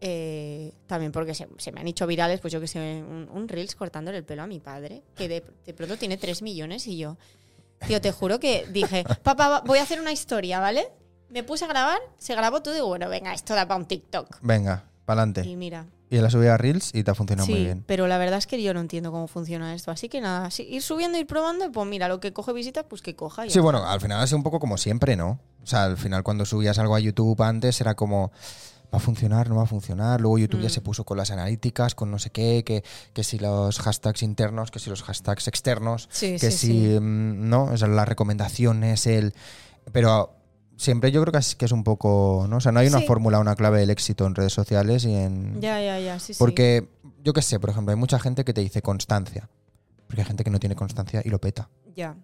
eh, también porque se, se me han hecho virales, pues yo que sé, un, un reels cortándole el pelo a mi padre, que de, de pronto tiene 3 millones y yo, tío, te juro que *laughs* dije, papá, va- voy a hacer una historia, ¿vale? Me puse a grabar, se grabó todo y digo, bueno, venga, esto da para un TikTok. Venga, pa'lante. Y mira, Y la subí a Reels y te ha funcionado muy sí, bien. pero la verdad es que yo no entiendo cómo funciona esto, así que nada, sí, ir subiendo, ir probando, y pues mira, lo que coge visitas, pues que coja. y Sí, bueno, al final ha sido un poco como siempre, ¿no? O sea, al final cuando subías algo a YouTube antes era como, va a funcionar, no va a funcionar. Luego YouTube ya Mm. se puso con las analíticas, con no sé qué, que, que si los hashtags internos, que si los hashtags externos, Sí, que sí, si, sí. mm, ¿no? O sea, las recomendaciones, el... Pero siempre yo creo que es, que es un poco, ¿no? O sea, no hay una Sí. fórmula, una clave del éxito en redes sociales y en... Ya, ya, ya, sí, sí. Porque, yo qué sé, por ejemplo, hay mucha gente que te dice constancia. Porque hay gente que no tiene constancia y lo peta. Ya.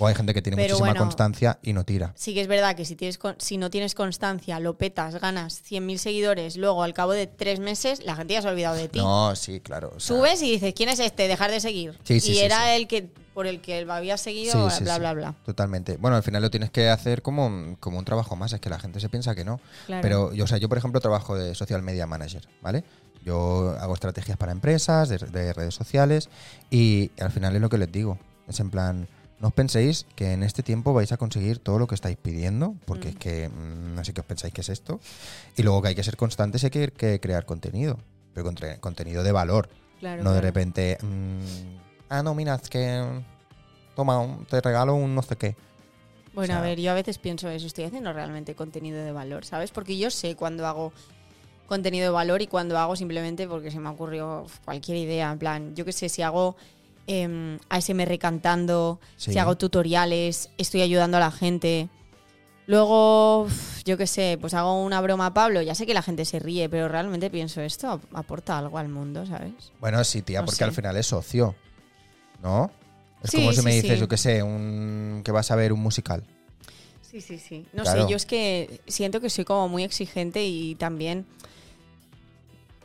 O hay gente que tiene Pero muchísima bueno. constancia y no tira. Sí que es verdad que si, tienes con- si no tienes constancia, lo petas, ganas 100.000 seguidores, luego al cabo de tres meses la gente ya se ha olvidado de ti. No, sí, claro. o sea, Subes y dices, ¿quién es este? Dejar de seguir. Sí, sí, y sí, era sí. el que por el que lo había seguido, Sí, bla, sí, bla, sí. bla, bla. Totalmente. Bueno, al final lo tienes que hacer como, un- como un trabajo más. Es que la gente se piensa que no. Claro. Pero, yo, o sea, yo, por ejemplo, trabajo de social media manager, ¿vale? Yo hago estrategias para empresas, de, de redes sociales, y al final es lo que les digo. Es en plan, no os penséis que en este tiempo vais a conseguir todo lo que estáis pidiendo, porque es que mm, no sé qué os pensáis que es esto. Y luego que hay que ser constantes y hay que, que crear contenido, pero contra- contenido de valor, Claro, no de claro. repente, mm, ah, no, mira, es que mm, toma, un- te regalo un no sé qué. Bueno, o sea- a ver, yo a veces pienso eso, estoy haciendo realmente contenido de valor, ¿sabes? Porque yo sé cuando hago contenido de valor y cuando hago simplemente porque se me ocurrió uf, cualquier idea, en plan, yo qué sé, si hago em, ASMR cantando, Sí. si hago tutoriales, estoy ayudando a la gente. Luego, uf, yo qué sé, pues hago una broma a Pablo, ya sé que la gente se ríe, pero realmente pienso esto ap- aporta algo al mundo, ¿sabes? Bueno, sí, tía, No porque sé. al final es socio, ¿no? Es Sí, como si sí, me dices, sí. yo qué sé, un, que vas a ver un musical. Sí, sí, sí. No Claro. sé, yo es que siento que soy como muy exigente y también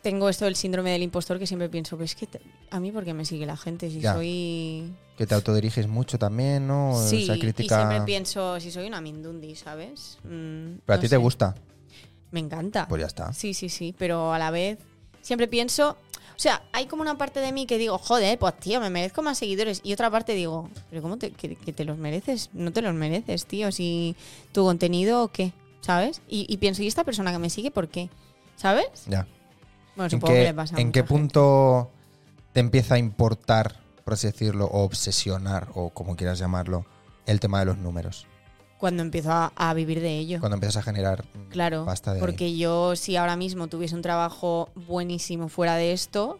tengo esto del síndrome del impostor que siempre pienso, pues es que t- a mí porque me sigue la gente, si Ya. soy... Que te autodiriges mucho también, ¿no? Sí, Esa y siempre crítica... pienso, si soy una mindundi, ¿sabes? Mm, Pero a no ti te sé. gusta. Me encanta. Pues ya está. Sí, sí, sí, pero a la vez siempre pienso, o sea, hay como una parte de mí que digo, joder, pues tío, me merezco más seguidores. Y otra parte digo, pero ¿cómo te, que, que te los mereces? No te los mereces, tío, si tu contenido o qué, ¿sabes? Y, y pienso, ¿y esta persona que me sigue por qué? ¿Sabes? Ya. Bueno, ¿En supongo que qué, le pasa a en qué mucha gente. punto te empieza a importar, por así decirlo, o obsesionar, o como quieras llamarlo, el tema de los números? Cuando empiezo a, a vivir de ello. Cuando empiezas a generar mm, Claro, pasta de ahí. porque yo si ahora mismo tuviese un trabajo buenísimo fuera de esto,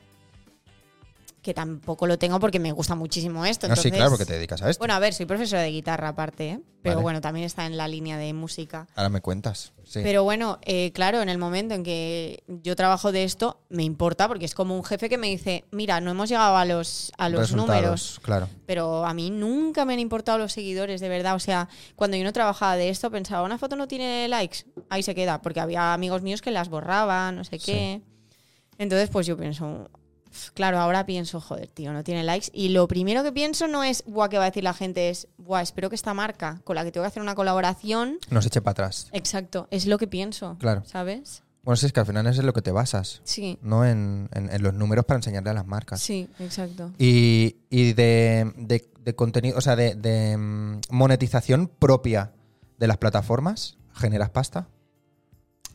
que tampoco lo tengo porque me gusta muchísimo esto. No, sí, entonces- claro, porque te dedicas a esto. Bueno, a ver, soy profesora de guitarra aparte, ¿eh? pero Vale. bueno, también está en la línea de música. Ahora me cuentas. Sí. Pero bueno, eh, claro, en el momento en que yo trabajo de esto, me importa porque es como un jefe que me dice, mira, no hemos llegado a los, a los Resultados, números, Claro. pero a mí nunca me han importado los seguidores, de verdad. O sea, cuando yo no trabajaba de esto, pensaba, una foto no tiene likes, ahí se queda, porque había amigos míos que las borraban, no sé qué. Entonces, pues yo pienso, "Uf, claro, ahora pienso, joder, tío, no tiene likes. Y lo primero que pienso no es, guau, ¿qué va a decir la gente? Es, guau, espero que esta marca con la que tengo que hacer una colaboración. Nos eche para atrás. Exacto, es lo que pienso. Claro. ¿Sabes? Bueno, sí, es que al final es en lo que te basas, Sí, no en, en- en los números para enseñarle a las marcas. sí, exacto. Y, y de, de- de contenido, o sea, de, de, mm, monetización propia de las plataformas, ¿generas pasta?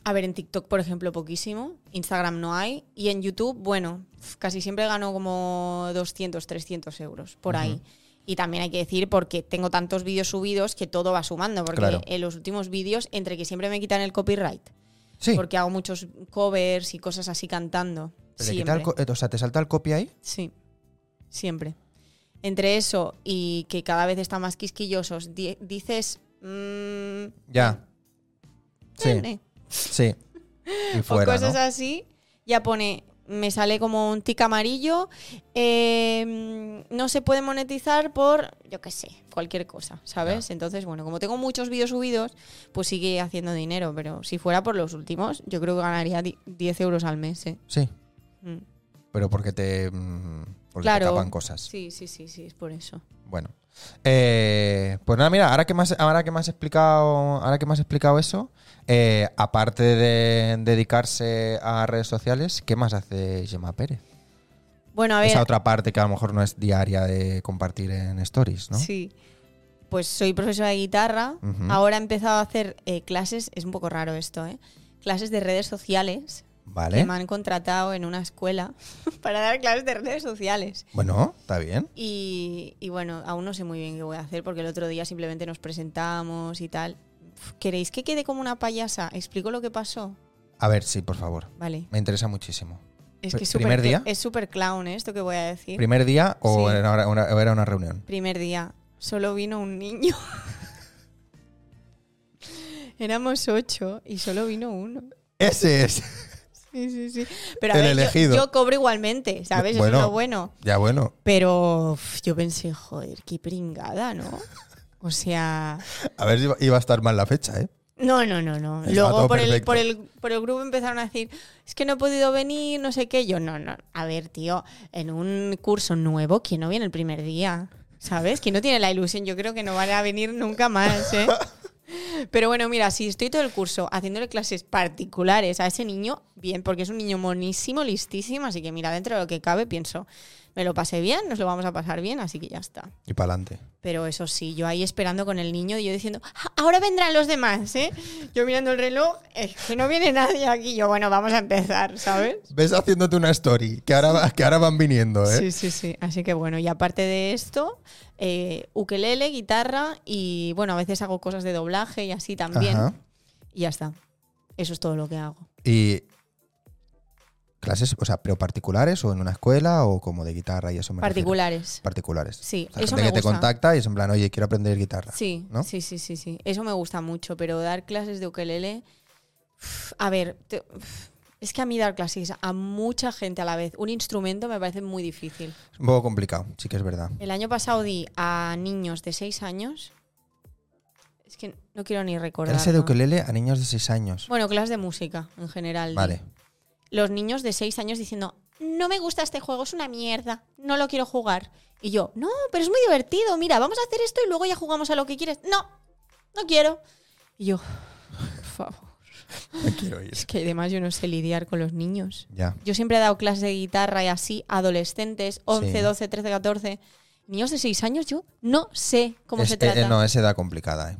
A ver, en TikTok, por ejemplo, poquísimo. Instagram no hay. Y en YouTube, bueno, f- casi siempre gano como 200, 300 euros por ahí. Y también hay que decir, porque tengo tantos vídeos subidos que todo va sumando. Porque Claro. en los últimos vídeos, entre que siempre me quitan el copyright, Sí. porque hago muchos covers y cosas así cantando. Pero te quita el Siempre. co- eh, o sea, ¿te salta el copy ahí? Sí, siempre. Entre eso y que cada vez están más quisquillosos, di- dices. mm, eh, Ya. Sí, nene. sí. Y *laughs* o fuera, cosas ¿no? así, ya pone, me sale como un tic amarillo, eh, mm, no se puede monetizar por, yo qué sé, cualquier cosa, ¿sabes? Entonces, bueno, como tengo muchos vídeos subidos, pues sigue haciendo dinero, pero si fuera por los últimos, yo creo que ganaría di- 10 euros al mes, ¿eh? Sí, Mm. pero porque te, mm, porque te Claro. tapan cosas. Sí, sí, sí, sí, es por eso. Bueno. Eh, pues nada, mira, ahora que más, ahora que me has explicado, ahora que me has explicado eso, eh, aparte de dedicarse a redes sociales, ¿qué más hace Gemma Pérez? Bueno, a ver, Esa otra parte que a lo mejor no es diaria de compartir en stories, ¿no? Sí. Pues soy profesora de guitarra. Ujú. Ahora he empezado a hacer eh, clases, es un poco raro esto, ¿eh? Clases de redes sociales. Vale. Que me han contratado en una escuela *laughs* para dar clases de redes sociales. Bueno, está bien. Y, y bueno, aún no sé muy bien qué voy a hacer porque el otro día simplemente nos presentamos y tal. Uf, ¿Queréis que quede como una payasa? ¿Explico lo que pasó? A ver, sí, por favor. Vale. Me interesa muchísimo. Es Pr- que es ¿primer súper día? es súper clown ¿eh? esto que voy a decir. ¿Primer día o, Sí. era, una, o era una reunión? Primer día, solo vino un niño. *laughs* Éramos ocho y solo vino uno. Ese es. *laughs* Sí, sí, sí. Pero a El ver, yo- elegido. Yo, cobro igualmente, ¿sabes? Eso Bueno. es lo bueno. ya bueno. Pero uf, yo pensé, joder, qué pringada, ¿no? O sea, A ver si iba- iba a estar mal la fecha, ¿eh? no, no, no, no. Estaba todo Luego por el, perfecto. por, el, por el grupo empezaron a decir, es que no he podido venir, no sé qué. Yo, no, no. A ver, tío, en un curso nuevo, ¿quién no viene el primer día? ¿Sabes? ¿Quién no tiene la ilusión? Yo creo que no van a venir nunca más, *laughs* ¿eh? Pero bueno, mira, si estoy todo el curso haciéndole clases particulares a ese niño, bien, porque es un niño monísimo, listísimo, así que mira, dentro de lo que cabe, pienso, me lo pasé bien, nos lo vamos a pasar bien, así que ya está. Y para adelante. Pero eso sí, yo ahí esperando con el niño y yo diciendo, "Ah, ahora vendrán los demás, ¿eh? Yo mirando el reloj, es que no viene nadie aquí. Yo, bueno, vamos a empezar, ¿sabes? Ves haciéndote una story, que ahora, va- que ahora van viniendo, ¿eh? Sí, sí, sí. Así que bueno, y aparte de esto, eh, ukelele, guitarra y bueno, a veces hago cosas de doblaje y así también. Ajá. Y ya está. Eso es todo lo que hago. Y clases, o sea, pero particulares o en una escuela o como de guitarra y eso me refiero. Particulares. Particulares. Sí, O sea, eso gente me que te gusta. contacta y es en plan, oye, quiero aprender guitarra. Sí, ¿no? sí, sí, sí, sí. Eso me gusta mucho, pero dar clases de ukelele. uf, A ver, te- uf, es que a mí dar clases a mucha gente a la vez, un instrumento me parece muy difícil. Es un poco complicado, sí que es verdad. El año pasado di a niños de 6 años. Es que no quiero ni recordar. Clase de ukelele a niños de 6 años. Bueno, clases de música en general. di. vale. Los niños de 6 años diciendo, no me gusta este juego, es una mierda, no lo quiero jugar. Y yo, no, pero es muy divertido, mira, vamos a hacer esto y luego ya jugamos a lo que quieres. No, no quiero. Y yo, por favor. Me quiero ir. Es que además yo no sé lidiar con los niños. Ya. Yo siempre he dado clases de guitarra y así, adolescentes, 11, Sí. 12, 13, 14. Niños de 6 años, yo no sé cómo Es- se eh, eh, trata. no, es edad complicada, ¿eh?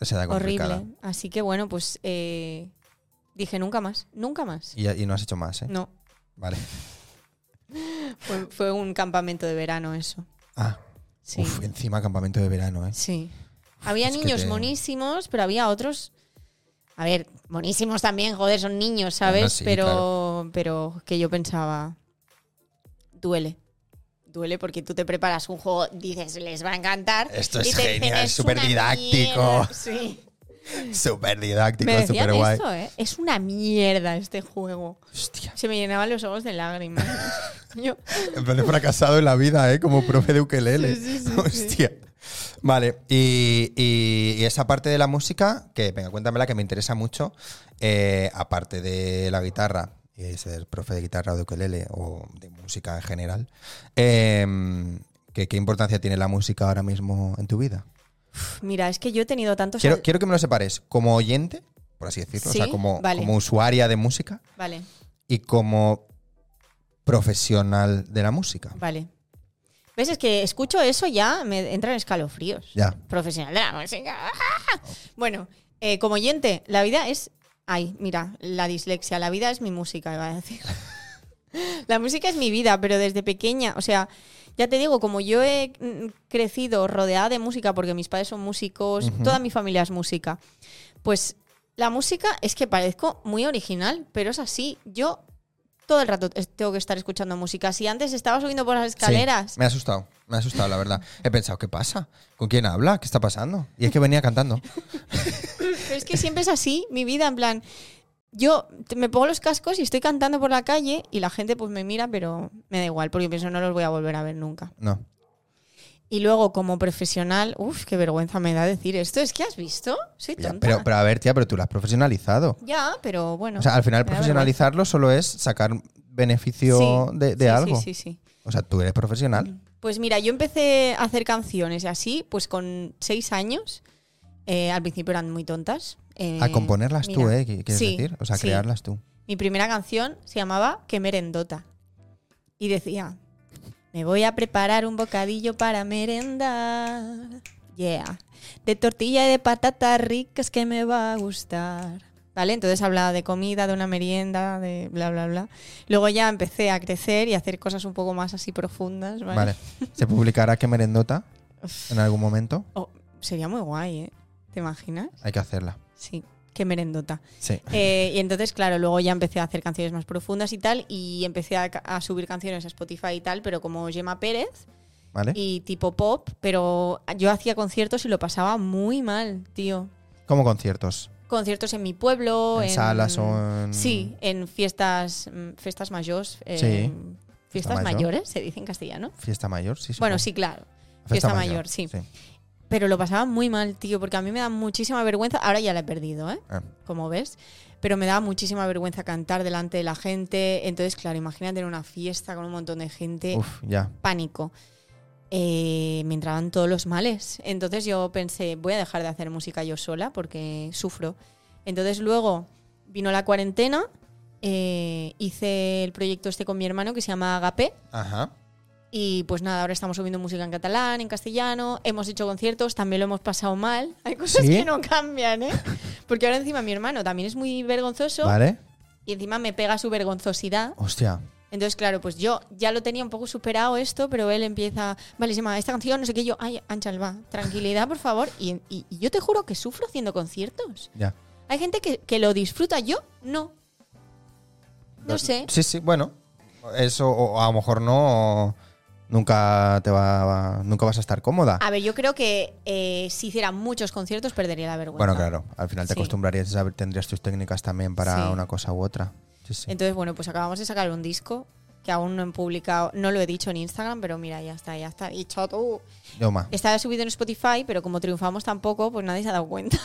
Es edad complicada. Horrible. Así que bueno, pues eh, dije nunca más, nunca más. Y, y no has hecho más, ¿eh? No, Vale. fue, fue un campamento de verano eso. Ah, Sí. uf, encima campamento de verano, ¿eh? Sí. Había es que niños te- monísimos, pero había otros. A ver, monísimos también, joder, son niños, ¿sabes? Bueno, Ah, sí, pero, claro. pero que yo pensaba. Duele. Duele porque tú te preparas un juego, dices, les va a encantar. Esto y es te dicen, genial, "Es súper una didáctico". mierda". Sí. Súper Me didáctico, decían súper guay. esto, ¿eh? Es una mierda este juego. Hostia. Se me llenaban los ojos de *laughs* lágrimas. yo, En plan, he fracasado en la vida, ¿eh? Como profe de ukelele. Sí, sí, sí, sí. *laughs* Hostia. Vale, y, y- y esa parte de la música, que venga, cuéntamela, que me interesa mucho, eh, aparte de la guitarra, y ser profe de guitarra o de ukelele o de música en general, em, ¿qué, qué importancia tiene la música ahora mismo en tu vida? pf, mira, es que yo he tenido tantos. Quiero, al- quiero que me lo separes como oyente, por así decirlo, o Sí, sea, como, vale. como usuaria de música Vale. y como profesional de la música. Vale. ¿Ves? Es que escucho eso ya, me entran escalofríos. Ya. Profesional de la música. *laughs* ¡Ah! Bueno, eh, como oyente, la vida es. Ay, mira, la dislexia. La vida es mi música, iba a decir. *laughs* la música es mi vida, pero desde pequeña, o sea. Ya te digo, como yo he mm, crecido rodeada de música, porque mis padres son músicos, Ujú. toda mi familia es música, pues la música es que parezco muy original, pero es así. Yo todo el rato es- tengo que estar escuchando música. Si antes estaba subiendo por las Sí, escaleras, me ha asustado, me ha asustado, la verdad. He pensado, ¿qué pasa? ¿Con quién habla? ¿Qué está pasando? Y es que venía cantando. pero es que siempre es así mi vida, en plan, yo te- me pongo los cascos y estoy cantando por la calle y la gente pues me mira, pero me da igual, porque pienso no los voy a volver a ver nunca. No. Y luego como profesional, uff, qué vergüenza me da decir esto, es que has visto, soy Ya, tonta. pero, pero a ver, tía, pero tú la has profesionalizado. ya, pero bueno. O sea, al final me da profesionalizarlo solo es sacar beneficio vergüenza. Sí, de, de sí, algo. Sí, sí, sí. O sea, tú eres profesional. Pues mira, yo empecé a hacer canciones y así, pues con seis años. Eh, al principio eran muy tontas. Eh, a componerlas tú, mira, ¿eh? ¿Qué ¿Quieres sí, decir? O sea, sí. crearlas tú. Mi primera canción se llamaba Que merendota. Y decía, me voy a preparar un bocadillo para merendar. Yeah. De tortilla y de patatas ricas que me va a gustar. ¿Vale? Entonces hablaba de comida, de una merienda, de bla, bla, bla. Luego ya empecé a crecer y a hacer cosas un poco más así profundas. ¿vale? Vale. ¿Se publicará que merendota Uf. en algún momento? Oh, sería muy guay, ¿eh? ¿Te imaginas? Hay que hacerla. Sí, qué merendota. Sí. Eh, y entonces, claro, luego ya empecé a hacer canciones más profundas y tal, y empecé a, ca- a subir canciones a Spotify y tal, pero como Gemma Pérez ¿Vale? y tipo pop, pero yo hacía conciertos y lo pasaba muy mal, tío. Como conciertos. Conciertos en mi pueblo, en, salas o en... Sí, en fiestas, mm, fiestas mayores. eh, Sí. Fiestas mayor. mayores, se dice en castellano. Fiesta mayor, sí. Bueno, supongo. sí, claro. fiesta mayor, sí. Pero lo pasaba muy mal, tío, porque a mí me da muchísima vergüenza. Ahora ya la he perdido, ¿eh? Ah. como ves. Pero me daba muchísima vergüenza cantar delante de la gente. Entonces, claro, imagínate en una fiesta con un montón de gente, Uf, ya. pánico. Eh, me entraban todos los males. Entonces yo pensé, voy a dejar de hacer música yo sola porque sufro. Entonces luego vino la cuarentena, eh, hice el proyecto este con mi hermano que se llama Agape. Ajá. Y pues nada, ahora estamos subiendo música en catalán, en castellano, hemos hecho conciertos, también lo hemos pasado mal. *laughs* Hay cosas ¿Sí? que no cambian, ¿eh? Porque ahora encima mi hermano también es muy vergonzoso ¿Vale? y encima me pega su vergonzosidad. Hostia. Entonces, claro, pues yo ya lo tenía un poco superado esto, pero él empieza, vale, se llama esta canción, no sé qué, y yo, ay, Ángel, va, tranquilidad, por favor. Y, y- y yo te juro que sufro haciendo conciertos. Ya. Hay gente que, que lo disfruta, yo no. No sé. Sí, sí, bueno. Eso o a lo mejor no o nunca te va nunca vas a estar cómoda. A ver, yo creo que eh, si hiciera muchos conciertos perdería la vergüenza. Bueno, claro, al final te Sí. acostumbrarías a saber- tendrías tus técnicas también para Sí. una cosa u otra. Sí, sí. Entonces, bueno, pues acabamos de sacar un disco que aún no he publicado, no lo he dicho en Instagram, pero mira, ya está, ya está. Y chao tú. Yo más. Estaba subido en Spotify, pero como triunfamos tampoco, pues nadie se ha *laughs* dado cuenta.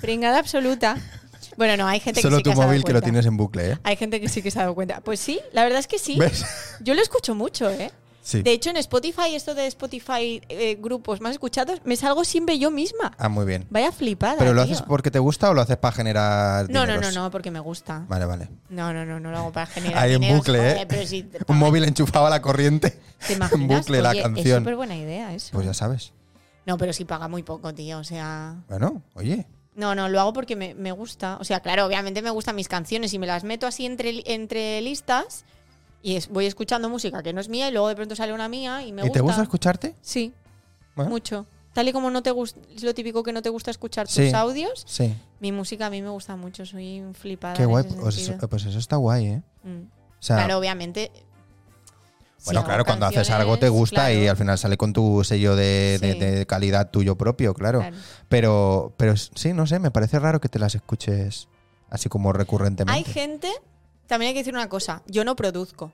Pringada absoluta. Bueno, no, hay gente Solo que sí tu que se ha dado móvil que lo cuenta. tienes en bucle, ¿eh? *laughs* Hay gente que sí que se ha dado cuenta. Pues sí, la verdad es que sí. ¿Ves? Yo lo escucho mucho, ¿eh? Sí. De hecho, en Spotify, esto de Spotify eh, grupos más escuchados, me salgo siempre yo misma. Ah, muy bien. Vaya flipada. ¿Pero lo tío. haces porque te gusta o lo haces para generar No, no, no, dineros? no, porque me gusta. Vale, vale. No, no, no, no lo hago para generar Ahí en dineros, bucle, joder, ¿eh? pero si *laughs* te Un pagan- móvil enchufado a la corriente. ¿Te en imaginas? bucle la Oye, Es canción. súper buena idea eso. Pues ya sabes. No, pero si paga muy poco, tío. O sea. Bueno, oye. No, no, lo hago porque me, me gusta. O sea, claro, obviamente me gustan mis canciones y me las meto así entre, li- entre listas y es- voy escuchando música que no es mía y luego de pronto sale una mía y ¿Y me gusta. te gusta ¿Eh? escucharte? Sí, Bueno, mucho. Tal y como no te gusta, es lo típico que no te gusta escuchar Sí. tus audios, Sí. mi música a mí me gusta mucho, soy un flipada. Qué en guay. ese Pues sentido. eso, pues eso está guay, ¿eh? Mm. O sea, claro, obviamente. si bueno, hago claro, cuando haces canciones, algo te gusta y claro, al final sale con tu sello de, de- Sí. de calidad tuyo propio, claro. claro. Pero, pero sí, no sé, me parece raro que te las escuches así como recurrentemente. Hay gente, también hay que decir una cosa, yo no produzco.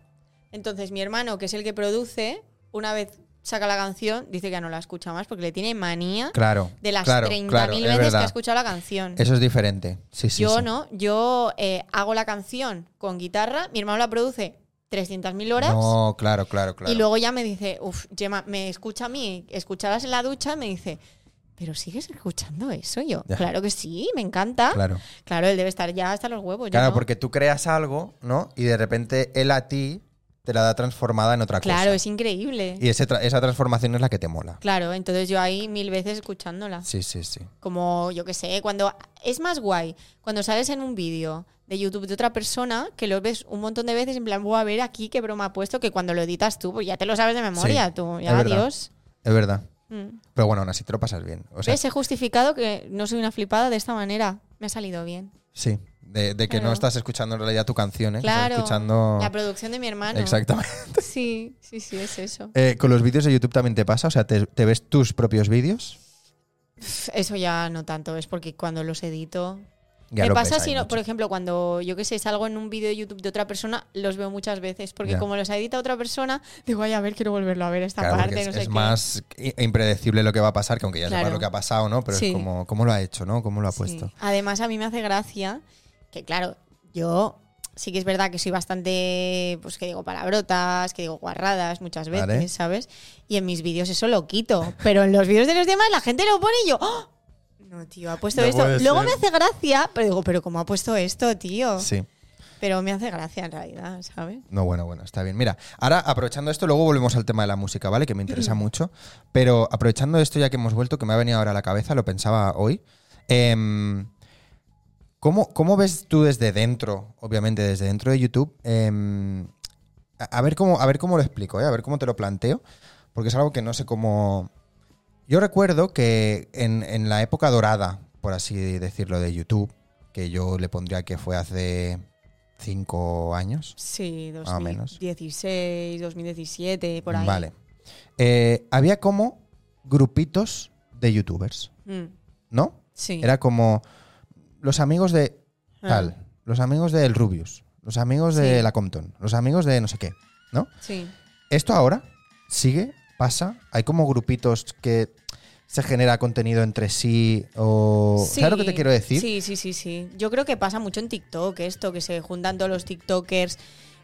Entonces mi hermano, que es el que produce, una vez saca la canción, dice que ya no la escucha más porque le tiene manía Claro. de las claro, 30.000 claro, es veces que verdad. ha escuchado la canción. Eso es diferente. Sí, sí. yo sí. no, yo eh, hago la canción con guitarra, mi hermano la produce 300.000 horas. No, claro, claro, claro. Y luego ya me dice, uff, Gemma, me escucha a mí, escucharás en la ducha, me dice, ¿pero sigues escuchando eso? Y Yo, Ya. claro que sí, me encanta. Claro. Claro. él debe estar ya hasta los huevos. Pues yo Claro, no. porque tú creas algo, ¿no? Y de repente él a ti te la da transformada en otra Claro, cosa. es increíble. Y ese tra- esa transformación es la que te mola. Claro, entonces yo ahí mil veces escuchándola. Sí, sí, sí. Como, yo qué sé, cuando. Es más guay cuando sales en un vídeo de YouTube de otra persona que lo ves un montón de veces en plan, voy a ver aquí qué broma ha puesto, que cuando lo editas tú, pues ya te lo sabes de memoria, Sí, tú. es Ya, verdad. adiós. Es verdad. Mm. Pero bueno, aún así te lo pasas bien. O sea, ¿Ves? He justificado que no soy una flipada de esta manera. Me ha salido bien. sí. De, de que no Claro. estás escuchando en realidad tu canción, ¿eh? Que Claro. Estás escuchando. La producción de mi hermano. Exactamente. *laughs* Sí, sí, sí, es eso. Eh, ¿Con los vídeos de YouTube también te pasa? O sea, ¿te, te ves tus propios vídeos? Pf, Eso ya no tanto, es porque cuando los edito. Ya me lo pasa ves ahí si no, mucho. por ejemplo, cuando yo que sé, salgo en un vídeo de YouTube de otra persona, los veo muchas veces, porque Ya. como los edita otra persona, digo, ay, a ver, quiero volverlo a ver esta Claro, porque parte, es, no sé es qué. más i- impredecible lo que va a pasar, que aunque ya Claro. sepas lo que ha pasado, ¿no? Pero Sí. es como, ¿cómo lo ha hecho, no? ¿Cómo lo ha Sí. puesto? Además, a mí me hace gracia que, claro, yo sí que es verdad que soy bastante, pues que digo palabrotas, que digo guarradas muchas veces, Vale. ¿sabes? Y en mis vídeos eso lo quito, pero en los vídeos de los demás la gente lo pone y yo, ¡oh! No, tío, ha puesto No esto. puede Luego ser. me hace gracia, pero digo, pero ¿cómo ha puesto esto, tío? Sí. Pero me hace gracia en realidad, ¿sabes? No, bueno, bueno, está bien. Mira, ahora aprovechando esto, luego volvemos al tema de la música, ¿vale? Que me interesa mucho. Pero aprovechando esto, ya que hemos vuelto, que me ha venido ahora a la cabeza, lo pensaba hoy. em, ¿cómo, cómo ves tú desde dentro, obviamente desde dentro de YouTube? em, a, a ver cómo, a ver cómo lo explico, ¿eh? a ver cómo te lo planteo, porque es algo que no sé cómo... Yo recuerdo que en, en la época dorada, por así decirlo, de YouTube, que yo le pondría que fue hace cinco años, Sí, Más o Ah, menos. 2016, 2017, por ahí. Vale. Eh, había como grupitos de youtubers, Mm, ¿no? sí. Era como los amigos de Ah, tal, los amigos del Rubius, los amigos Sí. de la Compton, los amigos de no sé qué, ¿no? Sí. Esto ahora sigue, pasa, hay como grupitos que se genera contenido entre sí o... Sí, ¿Sabes lo que te quiero decir? Sí, sí, sí, sí. Yo creo que pasa mucho en TikTok esto, que se juntan todos los TikTokers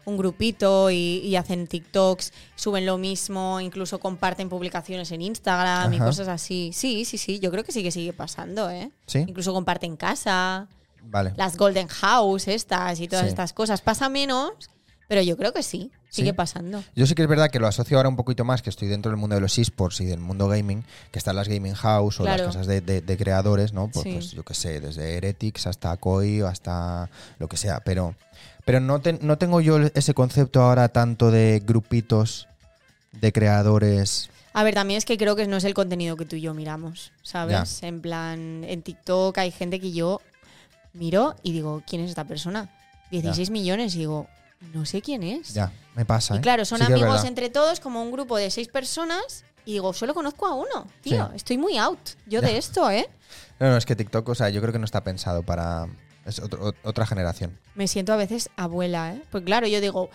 un grupito y, y hacen TikToks, suben lo mismo, incluso comparten publicaciones en Instagram y Ajá. cosas así. Sí, sí, sí, yo creo que sí que sigue pasando, ¿eh? Sí. Incluso comparten casa, Vale. las Golden House estas y todas Sí. estas cosas. Pasa menos, pero yo creo que sí, sigue Sí. pasando. Yo sí que es verdad que lo asocio ahora un poquito más, que estoy dentro del mundo de los esports y del mundo gaming, que están las gaming house o Claro. las casas de, de- de creadores, ¿no? Pues, Sí. pues, yo qué sé, desde Heretics hasta Koi o hasta lo que sea. Pero, pero no, ten- no tengo yo ese concepto ahora tanto de grupitos de creadores. A ver, también es que creo que no es el contenido que tú y yo miramos, ¿sabes? En plan, en TikTok hay gente que yo miro y digo, ¿quién es esta persona? 16 millones y digo, no sé quién es. Ya, me pasa. Y ¿eh? claro, son Sí que es amigos verdad. entre todos, como un grupo de seis personas, y digo, solo conozco a uno. Tío, Sí. estoy muy out yo de esto, ¿eh? No, no, es que TikTok, o sea, yo creo que no está pensado para... Es otro- otra generación. Me siento a veces abuela, ¿eh? Porque claro, yo digo,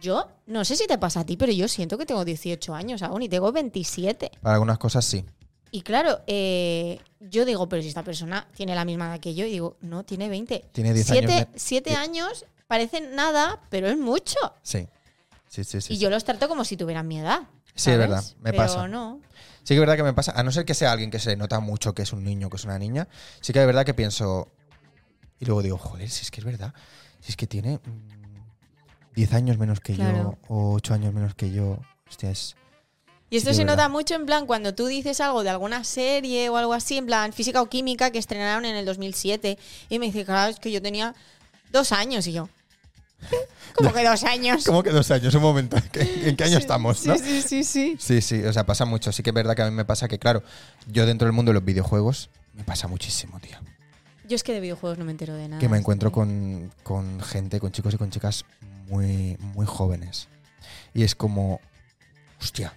yo no sé si te pasa a ti, pero yo siento que tengo 18 años aún y tengo 27. Para algunas cosas sí. Y claro, eh, yo digo, pero si esta persona tiene la misma edad que yo, y digo, no, tiene 20. Tiene 10 siete, años ¿eh? de- Siete de- años parecen nada, pero es mucho. Sí. Sí, sí, sí. y sí. yo los trato como si tuvieran mi edad. Sí, es ¿sabes? verdad, me Pero pasa. no. Sí que es verdad que me pasa, a no ser que sea alguien que se nota mucho que es un niño, que es una niña, sí que es verdad que pienso... Y luego digo, joder, si es que es verdad, si es que tiene mm, 10 años menos que Claro. yo, o 8 años menos que yo, hostia, es... Y esto Sí, se verdad. nota mucho en plan cuando tú dices algo de alguna serie o algo así, en plan física o química que estrenaron en el 2007. Y me dice, claro, es que yo tenía dos años y yo. *laughs* ¿Cómo que dos años? *laughs* ¿Cómo que dos años? Un momento, ¿en qué año estamos? Sí, sí, sí, sí. Sí, sí, o sea, pasa mucho. Sí que es verdad que a mí me pasa que, claro, yo dentro del mundo de los videojuegos me pasa muchísimo, tío. Yo es que de videojuegos no me entero de nada. que me encuentro tío. con, con gente, con chicos y con chicas muy, muy jóvenes. Y es como, hostia,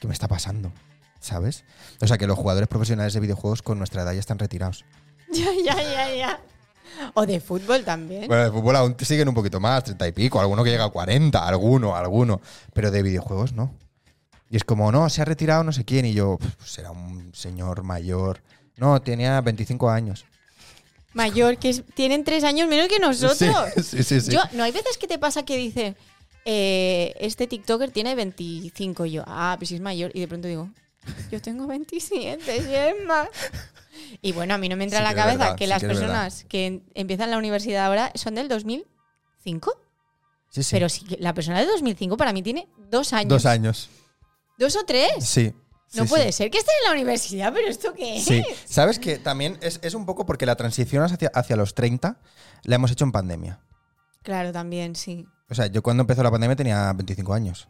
¿qué me está pasando? ¿Sabes? O sea, que los jugadores profesionales de videojuegos con nuestra edad ya están retirados. *laughs* Ya, ya, ya, ya. O de fútbol también. Bueno, de fútbol aún siguen un poquito más, 30 y pico, alguno que llega a 40, alguno, alguno. Pero de videojuegos no. Y es como, no, se ha retirado no sé quién. Y yo, pues será un señor mayor. No, tenía 25 años. Mayor, que es- tienen tres años menos que nosotros. Sí, *laughs* sí, sí. sí. Yo, no hay veces que te pasa que dice, eh, este TikToker tiene 25 y yo, ah, pues si es mayor. Y de pronto digo, yo tengo 27 y es más. Y bueno, a mí no me Sí entra en la que es cabeza verdad, que sí las que es verdad. personas que en- empiezan la universidad ahora son del 2005. Sí, sí. Pero sí, que la persona del 2005 para mí tiene dos años. Dos años. Dos o tres. Sí. No sí, puede sí. ser que esté en la universidad, pero ¿esto qué es? Sí, *laughs* sabes que también es, es un poco porque la transición hacia, hacia los 30 la hemos hecho en pandemia. Claro, también, sí. O sea, yo cuando empezó la pandemia tenía 25 años,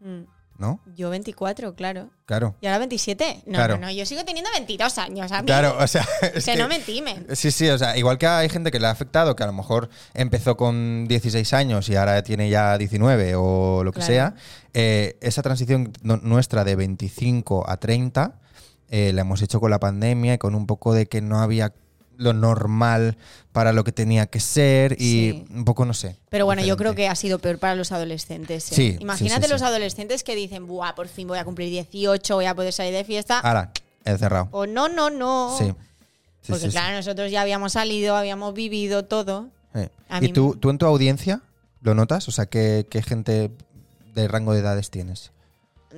Mm. ¿no? Yo 24, claro. Claro. ¿Y ahora 27? No, Claro. no, no, yo sigo teniendo 22 años. A mí Claro, o sea, *laughs* es que, que- no me timen. Sí, sí, o sea, igual que hay gente que le ha afectado, que a lo mejor empezó con 16 años y ahora tiene ya 19 o lo que Claro. sea, eh, esa transición no- nuestra de 25 a 30 eh, la hemos hecho con la pandemia y con un poco de que no había lo normal para lo que tenía que ser y Sí. un poco, no sé. Pero bueno, yo creo diferente. que ha sido peor para los adolescentes. Sí, ¿eh? sí, sí, Imagínate sí. los adolescentes que dicen, buah, por fin voy a cumplir 18, voy a poder salir de fiesta. Ahora, encerrado. O no, no, no. Ah. Sí. Sí, Porque sí, sí. claro, nosotros ya habíamos salido, habíamos vivido todo. Eh. a ¿Y mí tú, tú en tu audiencia lo notas? O sea, ¿qué, qué gente de rango de edades tienes?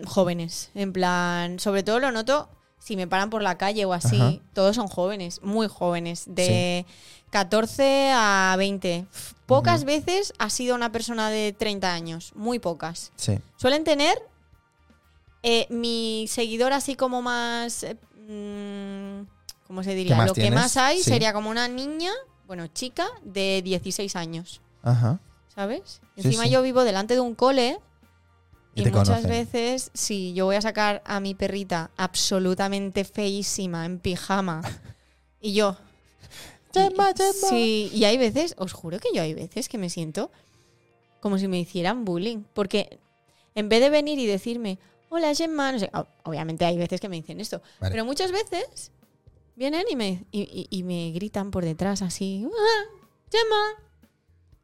Jóvenes, en plan, sobre todo lo noto si me paran por la calle o así, Ajá. todos son jóvenes, muy jóvenes, de 14 a 20. F- Pocas veces ha sido una persona de 30 años, muy pocas. Sí. suelen tener eh, mi seguidor así como más eh, mm, ¿cómo se diría? ¿Qué más lo que tienes? más hay Sí. sería como una niña, bueno, chica de 16 años, Ajá. ¿sabes? Sí, Encima sí. yo vivo delante de un cole Y y, te muchas conocen. veces sí, yo voy a sacar a mi perrita absolutamente feísima en *laughs* pijama y yo Chema, Chema. Sí, y hay veces, os juro que yo hay veces que me siento como si me hicieran bullying. Porque en vez de venir y decirme, hola Gemma, no sé, o- obviamente hay veces que me dicen esto, Vale. pero muchas veces vienen y me, y, y- y me gritan por detrás así, "Ah, Gemma.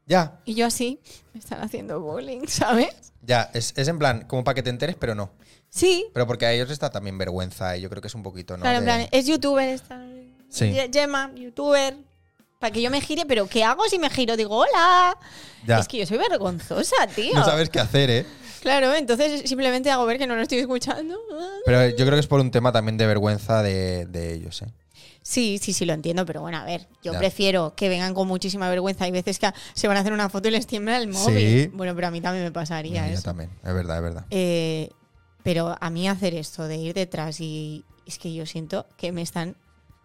Ya, Y yo así, me están haciendo bullying, *laughs* ¿sabes? Ya, es, es en plan, como para que te enteres, pero no. Sí, Pero porque a ellos les da también vergüenza y yo creo que es un poquito, ¿no? claro, en De- plan, es youtuber esta. Sí. Ye- Gemma, youtuber. Para que yo me gire, pero ¿qué hago si me giro? Digo, hola. Ya. Es que yo soy vergonzosa, tío. No sabes qué hacer, ¿eh? Claro, entonces simplemente hago ver que no lo estoy escuchando. Pero yo creo que es por un tema también de vergüenza de, de ellos, ¿eh? Sí, sí, sí, lo entiendo, pero bueno, a ver, yo Ya. prefiero que vengan con muchísima vergüenza. Hay veces que se van a hacer una foto y les tiembla el móvil. Sí. Bueno, pero a mí también me pasaría No, yo eso. también, es verdad, es verdad. Eh, pero a mí hacer esto de ir detrás y es que yo siento que me están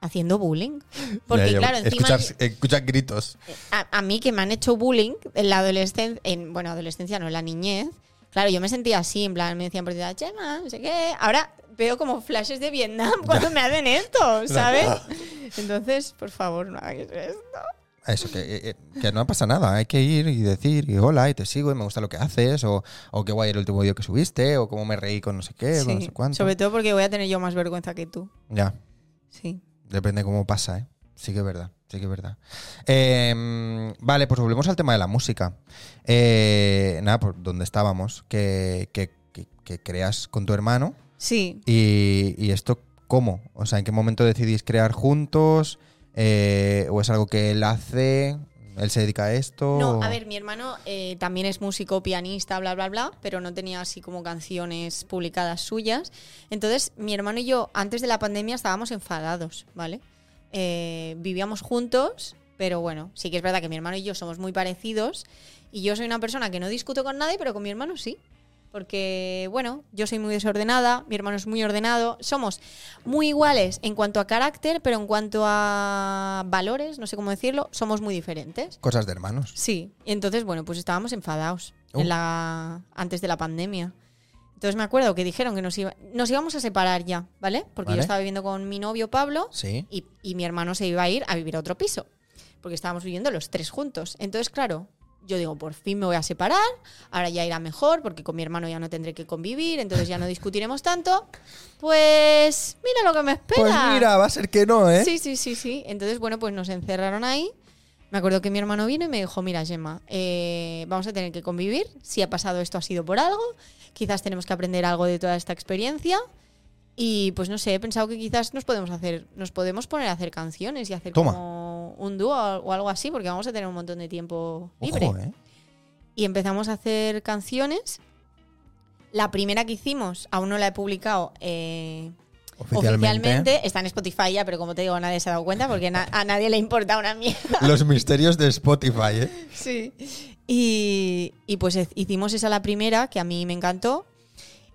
haciendo bullying. Porque Ya, ya, claro, encima... escuchas, escuchas gritos. a, a mí que me han hecho bullying en la adolescencia, en, bueno, adolescencia no, en la niñez, claro, yo me sentía así, en plan, me decían por detrás, Chema, no sé qué. Ahora veo como flashes de Vietnam *laughs* cuando me *laughs* hacen esto, ¿sabes? Entonces, por favor, no hagáis esto. Eso, que, eh, eh, que no pasa nada, hay que ir y decir, y hola, y te sigo, y me gusta lo que haces, o, o qué guay el último vídeo que subiste, o cómo me reí con no sé qué, con no Sí, sé cuánto. Sobre todo porque voy a tener yo más vergüenza que tú. Ya. Sí. Depende cómo pasa, ¿eh? Sí que es verdad, sí que es verdad. Eh, vale, pues volvemos al tema de la música. Eh, nada, por donde estábamos, que, que- que- que creas con tu hermano. Sí. Y, y esto cómo? O sea, ¿en qué momento decidís crear juntos? Eh, ¿O es algo que él hace? ¿Él se dedica a esto? No, o- a ver, mi hermano eh, también es músico, pianista, bla, bla, bla, pero no tenía así como canciones publicadas suyas. Entonces, mi hermano y yo, antes de la pandemia, estábamos enfadados, ¿vale? Eh, vivíamos juntos, pero bueno, sí que es verdad que mi hermano y yo somos muy parecidos. Y yo soy una persona que no discuto con nadie, pero con mi hermano sí. Porque, bueno, yo soy muy desordenada, mi hermano es muy ordenado, somos muy iguales en cuanto a carácter, pero en cuanto a valores, no sé cómo decirlo, somos muy diferentes. Cosas de hermanos. Sí, y entonces, bueno, pues estábamos enfadados Oh. en la, antes de la pandemia. Entonces me acuerdo que dijeron que nos, iba- nos íbamos a separar ya, ¿vale? Porque Vale. yo estaba viviendo con mi novio Pablo Sí. y, y mi hermano se iba a ir a vivir a otro piso, porque estábamos viviendo los tres juntos. Entonces, claro, yo digo, por fin me voy a separar, ahora ya irá mejor, porque con mi hermano ya no tendré que convivir, entonces ya no discutiremos tanto. Pues mira lo que me espera. Pues mira, va a ser que no, ¿eh? Sí, sí, sí, sí. Entonces, bueno, pues nos encerraron ahí. Me acuerdo que mi hermano vino y me dijo, mira, Gemma, eh, vamos a tener que convivir. Si ha pasado esto ha sido por algo. Quizás tenemos que aprender algo de toda esta experiencia. Y pues no sé, he pensado que quizás nos podemos hacer, nos podemos poner a hacer canciones y hacer Toma. como un dúo o algo así, porque vamos a tener un montón de tiempo libre. Ojo, ¿eh? Y empezamos a hacer canciones. La primera que hicimos, aún no la he publicado, eh, Oficialmente, Oficialmente. está en Spotify ya, pero como te digo, nadie se ha dado cuenta porque na- a nadie le importa *laughs* una mierda. Los misterios de Spotify, ¿eh? Sí. Y, y pues eh, hicimos esa la primera, que a mí me encantó.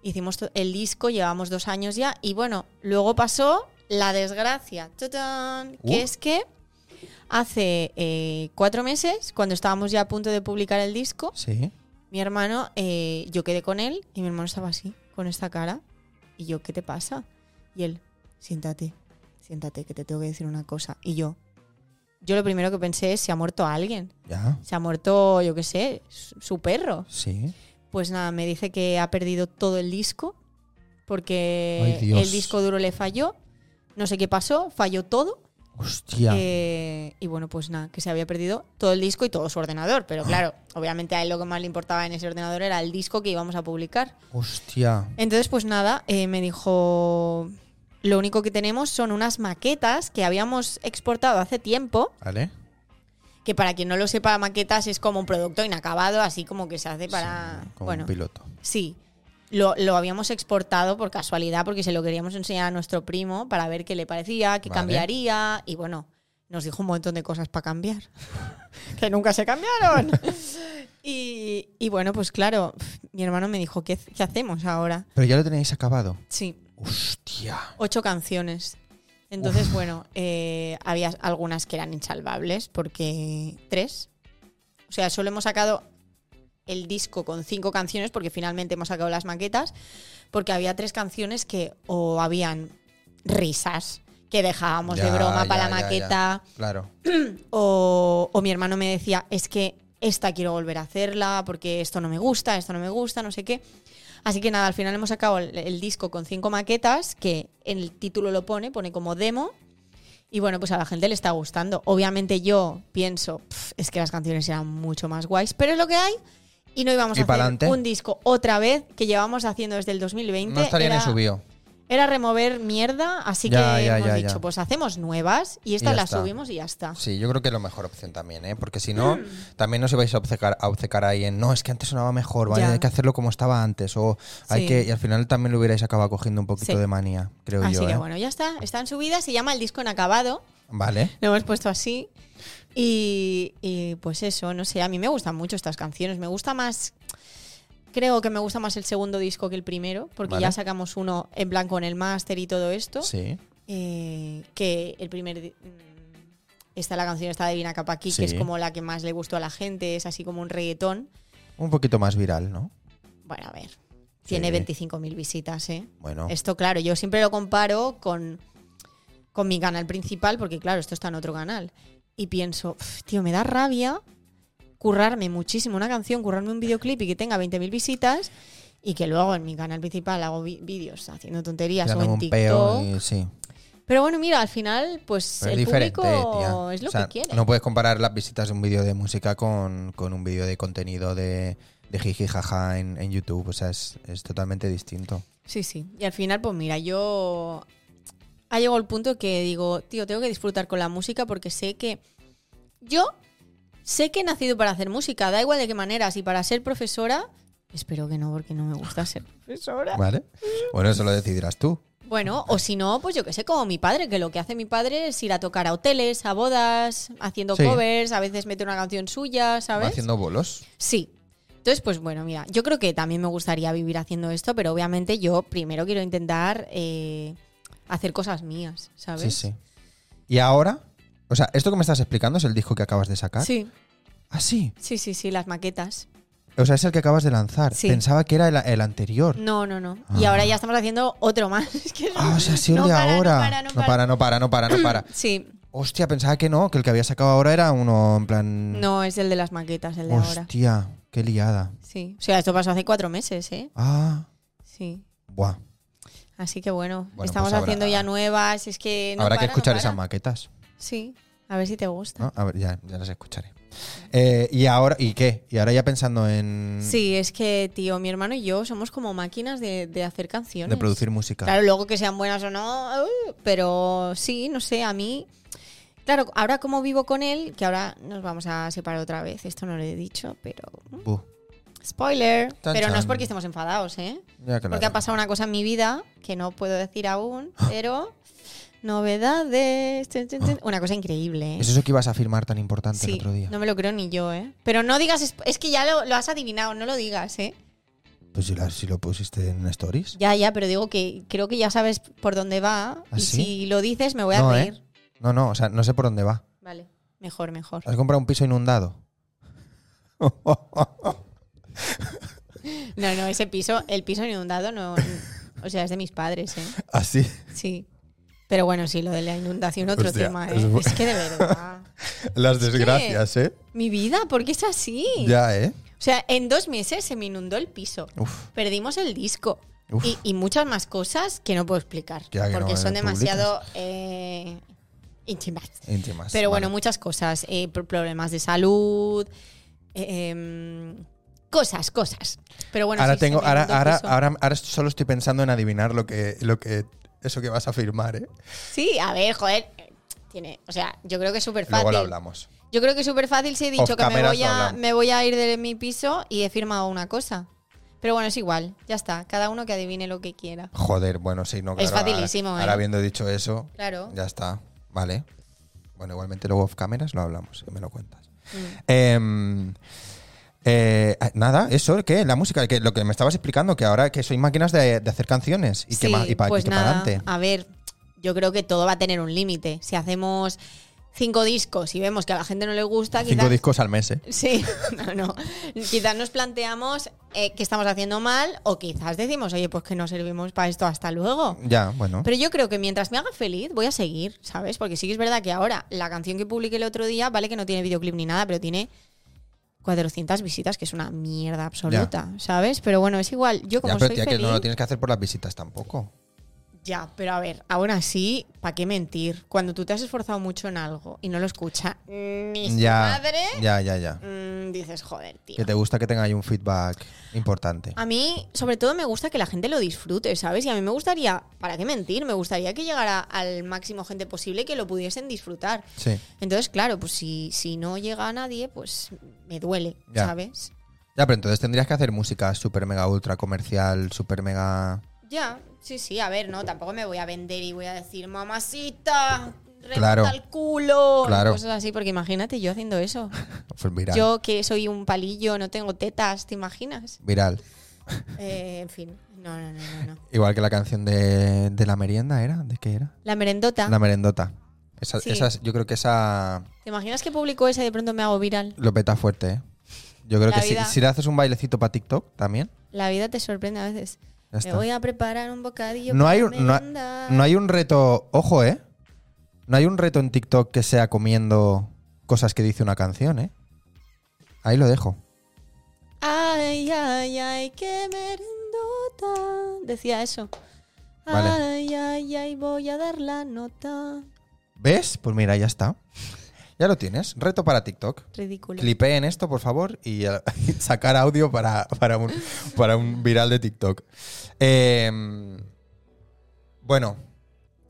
Hicimos to- el disco, llevamos dos años ya. Y bueno, luego pasó la desgracia, ¡Tután! que Uh. es que hace eh, cuatro meses, cuando estábamos ya a punto de publicar el disco, Sí. mi hermano, eh, yo quedé con él y mi hermano estaba así, con esta cara. Y yo, ¿qué te pasa? Y él, siéntate, siéntate, que te tengo que decir una cosa. Y yo, yo lo primero que pensé es, se ha muerto alguien. Ya. Se ha muerto, yo qué sé, su su perro. Sí. Pues nada, me dice que ha perdido todo el disco porque Ay, Dios. el disco duro le falló. No sé qué pasó, falló todo. Hostia. Eh, y bueno, pues nada, que se había perdido todo el disco y todo su ordenador. Ah. Pero claro, obviamente a él lo que más le importaba en ese ordenador era el disco que íbamos a publicar. Hostia. Entonces, pues nada, eh, me dijo, lo único que tenemos son unas maquetas que habíamos exportado hace tiempo, ¿Vale? que para quien no lo sepa, maquetas es como un producto inacabado, así como que se hace para... Sí, como bueno, un piloto. Sí. Lo, lo habíamos exportado por casualidad porque se lo queríamos enseñar a nuestro primo para ver qué le parecía, qué Vale. cambiaría. Y bueno, nos dijo un montón de cosas para cambiar. *laughs* que nunca se cambiaron. *laughs* y, y bueno, pues claro, mi hermano me dijo, ¿qué, qué hacemos ahora? Pero ya lo tenéis acabado. Sí, Hostia. ocho canciones. Entonces, bueno, eh, había algunas que eran insalvables porque tres. O sea, solo hemos sacado el disco con cinco canciones porque finalmente hemos sacado las maquetas porque había tres canciones que o habían risas que dejábamos de Ya, broma ya, para la ya, ya. maqueta Claro. o, o mi hermano me decía, es que esta quiero volver a hacerla porque esto no me gusta, esto no me gusta, no sé qué. Así que nada, al final hemos sacado el, el disco con cinco maquetas que en el título lo pone, pone como demo. Y bueno, pues a la gente le está gustando. Obviamente yo pienso, "Pf, es que las canciones eran mucho más guays, pero es lo que hay. Y no íbamos Y a hacer pa'lante. un disco otra vez que llevamos haciendo desde el 2020. No estaría ni Era- subido. Era remover mierda, así Ya, que ya, hemos ya, ya. dicho, pues hacemos nuevas y estas ya las está. subimos y ya está. Sí, yo creo que es la mejor opción también, ¿eh? Porque si *clears throat* no, también os ibais a obcecar, a obcecar ahí en no, es que antes sonaba mejor, ¿vale? Ya. Hay que hacerlo como estaba antes. O hay Sí. que. Y al final también lo hubierais acabado cogiendo un poquito Sí. de manía, creo Así yo. que ¿eh? bueno, ya está. Están subidas. Se llama El disco inacabado. Vale. Lo hemos puesto así. Y, y pues eso, no sé. A mí me gustan mucho estas canciones. Me gusta más. Creo que me gusta más el segundo disco que el primero. Porque Vale. ya sacamos uno en blanco en el máster y todo esto. Sí. eh, que el primer. di- mm, Está la canción esta de Vina Capaquí, que Sí. es como la que más le gustó a la gente. Es así como un reggaetón. Un poquito más viral, ¿no? Bueno, a ver. Sí. Tiene 25.000 visitas, ¿eh? Bueno. Esto, claro, yo siempre lo comparo con, con mi canal principal, porque claro, esto está en otro canal. Y pienso, "Uf, tío, me da rabia currarme muchísimo una canción, currarme un videoclip y que tenga 20.000 visitas y que luego en mi canal principal hago vi- vídeos haciendo tonterías Dándome o en un peo TikTok. y- sí. Pero bueno, mira, al final, pues Pero es el diferente, público tía. es lo O sea, que quiere. No puedes comparar las visitas de un vídeo de música con, con un vídeo de contenido de, de jiji jaja en, en YouTube. O sea, es, es totalmente distinto. Sí, sí. Y al final, pues mira, yo ha llegado el punto que digo, tío, tengo que disfrutar con la música porque sé que yo Sé que he nacido para hacer música, da igual de qué manera, si para ser profesora. Espero que no, porque no me gusta ser profesora. ¿Vale? Bueno, eso lo decidirás tú. Bueno, o si no, pues yo que sé, como mi padre, que lo que hace mi padre es ir a tocar a hoteles, a bodas, haciendo Sí. covers, a veces mete una canción suya, Va ¿sabes? Haciendo bolos. Sí. Entonces, pues bueno, mira, yo creo que también me gustaría vivir haciendo esto, pero obviamente yo primero quiero intentar eh, hacer cosas mías, ¿sabes? Sí, sí. Y ahora, o sea, esto que me estás explicando es el disco que acabas de sacar. Sí, Ah, sí. sí, sí, sí, las maquetas. O sea, es el que acabas de lanzar. Sí. Pensaba que era el, el anterior. No, no, no. Y ahora ya estamos haciendo otro más. *laughs* Es que Ah, o sea, sí, el no de para, no ahora. para, no para. no para, no para, no *clears throat* para. Sí, Hostia, pensaba que no, que el que había sacado ahora era uno en plan. no, es el de las maquetas, el de ahora. Mm. Hostia, qué liada. Sí. O sea, esto pasó hace cuatro meses, ¿eh? Ah, Sí. buah. Así que bueno, Bueno, estamos pues habrá- haciendo ya nuevas. Es que no Habrá que para, no escuchar Ah, para. esas maquetas. Sí, a ver si te gusta. ¿no? A ver, ya, ya las escucharé. Eh, y ahora, ¿y qué? Y ahora ya pensando en. Sí, es que, tío, mi hermano y yo somos como máquinas de, de hacer canciones. De producir música. Claro, luego que sean buenas o no, uh, pero sí, no sé, a mí... Claro, ahora como vivo con él, que ahora nos vamos a separar otra vez, esto no lo he dicho, pero... Buh, Spoiler. Chan, pero no es chan. porque estemos enfadados, ¿eh? ya que lo Porque ha haré. pasado una cosa en mi vida que no puedo *gasps* decir aún, pero... Novedades. chan, *gasps* chan, chan. Una cosa increíble, ¿eh? Es eso que ibas a firmar tan importante Sí, el otro día. no me lo creo ni yo, ¿eh? Pero no digas... spo- Es que ya lo- lo has adivinado, no lo digas, ¿eh? Pues si, la- si lo pusiste en stories. Ya, ya, pero digo que creo que ya sabes por dónde va. ¿Ah, y sí? si lo dices, me voy a No, ¿eh? reír. No, no, o sea, no sé por dónde va. Vale. Mejor, mejor. ¿Has comprado un piso inundado? *laughs* No, no, ese piso, el piso inundado no. O sea, es de mis padres, ¿eh? Así. Sí. Pero bueno, sí, lo de la inundación, otro Hostia, tema, ¿eh? es bu- Es, que de verdad. Las desgracias, ¿eh? Mi vida, ¿por qué es así? Ya, ¿eh? O sea, en dos meses se me inundó el piso. Uf. Perdimos el disco. Uf. Y, y muchas más cosas que no puedo explicar. Ya que no porque me son publicas. demasiado eh, íntimas. Íntimas. Pero vale. bueno, muchas cosas. eh, pro- problemas de salud. eh, em, cosas, cosas. Pero bueno, ahora sí, se tengo, me ahora, inundó el ahora, piso. ahora, ahora solo estoy pensando en adivinar lo que, lo que, eso que vas a firmar, ¿eh? Sí, a ver, joder. eh, Tiene, o sea, yo creo que es súper Luego fácil. lo hablamos. Yo creo que es súper fácil si he dicho Off que me cameras voy, lo a, hablamos. me voy a ir de mi piso y he firmado una cosa. Pero bueno, es igual, ya está. Cada uno que adivine lo que quiera. Joder, bueno, sí, no, claro. Es facilísimo, ahora, ¿eh? Ahora habiendo dicho eso, Claro. ya está. Vale. Bueno, igualmente luego off cameras lo hablamos, que me lo cuentas. Mm. Em, eh, ah, nada, eso, ¿qué? La música, que lo que me estabas explicando, que ahora que soy máquinas de, de hacer canciones y que Sí, ma- y pa- pues y que nada, pa'lante. A ver, yo creo que todo va a tener un límite. Si hacemos cinco discos y vemos que a la gente no le gusta, Cinco quizás- discos al mes, ¿eh? Sí, *laughs* no, no. Quizás nos planteamos eh, que estamos haciendo mal o quizás decimos, oye, pues que no servimos para esto hasta luego. Ya, bueno. Pero yo creo que mientras me haga feliz voy a seguir, ¿sabes? Porque sí que es verdad que ahora la canción que publiqué el otro día, vale que no tiene videoclip ni nada, pero tiene 400 visitas, que es una mierda absoluta, ¿sabes? Pero bueno, es igual. Yo como ya, pero soy tía, que feliz... no lo tienes que hacer por las visitas tampoco. Ya, pero a ver, aún así, ¿para qué mentir? Cuando tú te has esforzado mucho en algo y no lo escucha ni su Ya, madre, ya, ya, ya. mm, dices, joder, tío. Que te gusta que tenga ahí un feedback importante. A mí, sobre todo, me gusta que la gente lo disfrute, ¿sabes? Y a mí me gustaría, ¿para qué mentir? Me gustaría que llegara al máximo gente posible y que lo pudiesen disfrutar. Sí. Entonces, claro, pues si, si no llega a nadie, pues me duele, Ya. ¿sabes? Ya, pero entonces tendrías que hacer música super mega ultra comercial, super mega. *laughs* Ya, sí, sí, a ver, no, tampoco me voy a vender y voy a decir, mamacita, renta Claro. el culo, Claro. cosas así, porque imagínate yo haciendo eso. pues, viral. Yo que soy un palillo, no tengo tetas, ¿te imaginas? Viral. Eh, en fin, no, no, no, no, no. Igual que la canción de, de la merienda, ¿era? ¿De qué era? La merendota. La merendota. Esa, Sí. esas- yo creo que esa ¿Te imaginas que publico esa y de pronto me hago viral? lo peta fuerte, ¿eh? Yo creo La que si, vida. si le haces un bailecito para TikTok también. La vida te sorprende a veces. Ya Me está. voy a preparar un bocadillo. No para hay, un- no, ha- merendar. no hay un reto, ojo, ¿eh? No hay un reto en TikTok que sea comiendo cosas que dice una canción, ¿eh? Ahí lo dejo. Ay, ay, ay, qué merendota. Decía eso. Vale. Ay, ay, ay, voy a dar la nota. ¿Ves? Pues mira, ya está. Ya lo tienes. Reto para TikTok. Ridículo. Clipeen esto, por favor, y eh, *laughs* sacar audio para, para, un, para un viral de TikTok. Eh, Em, bueno,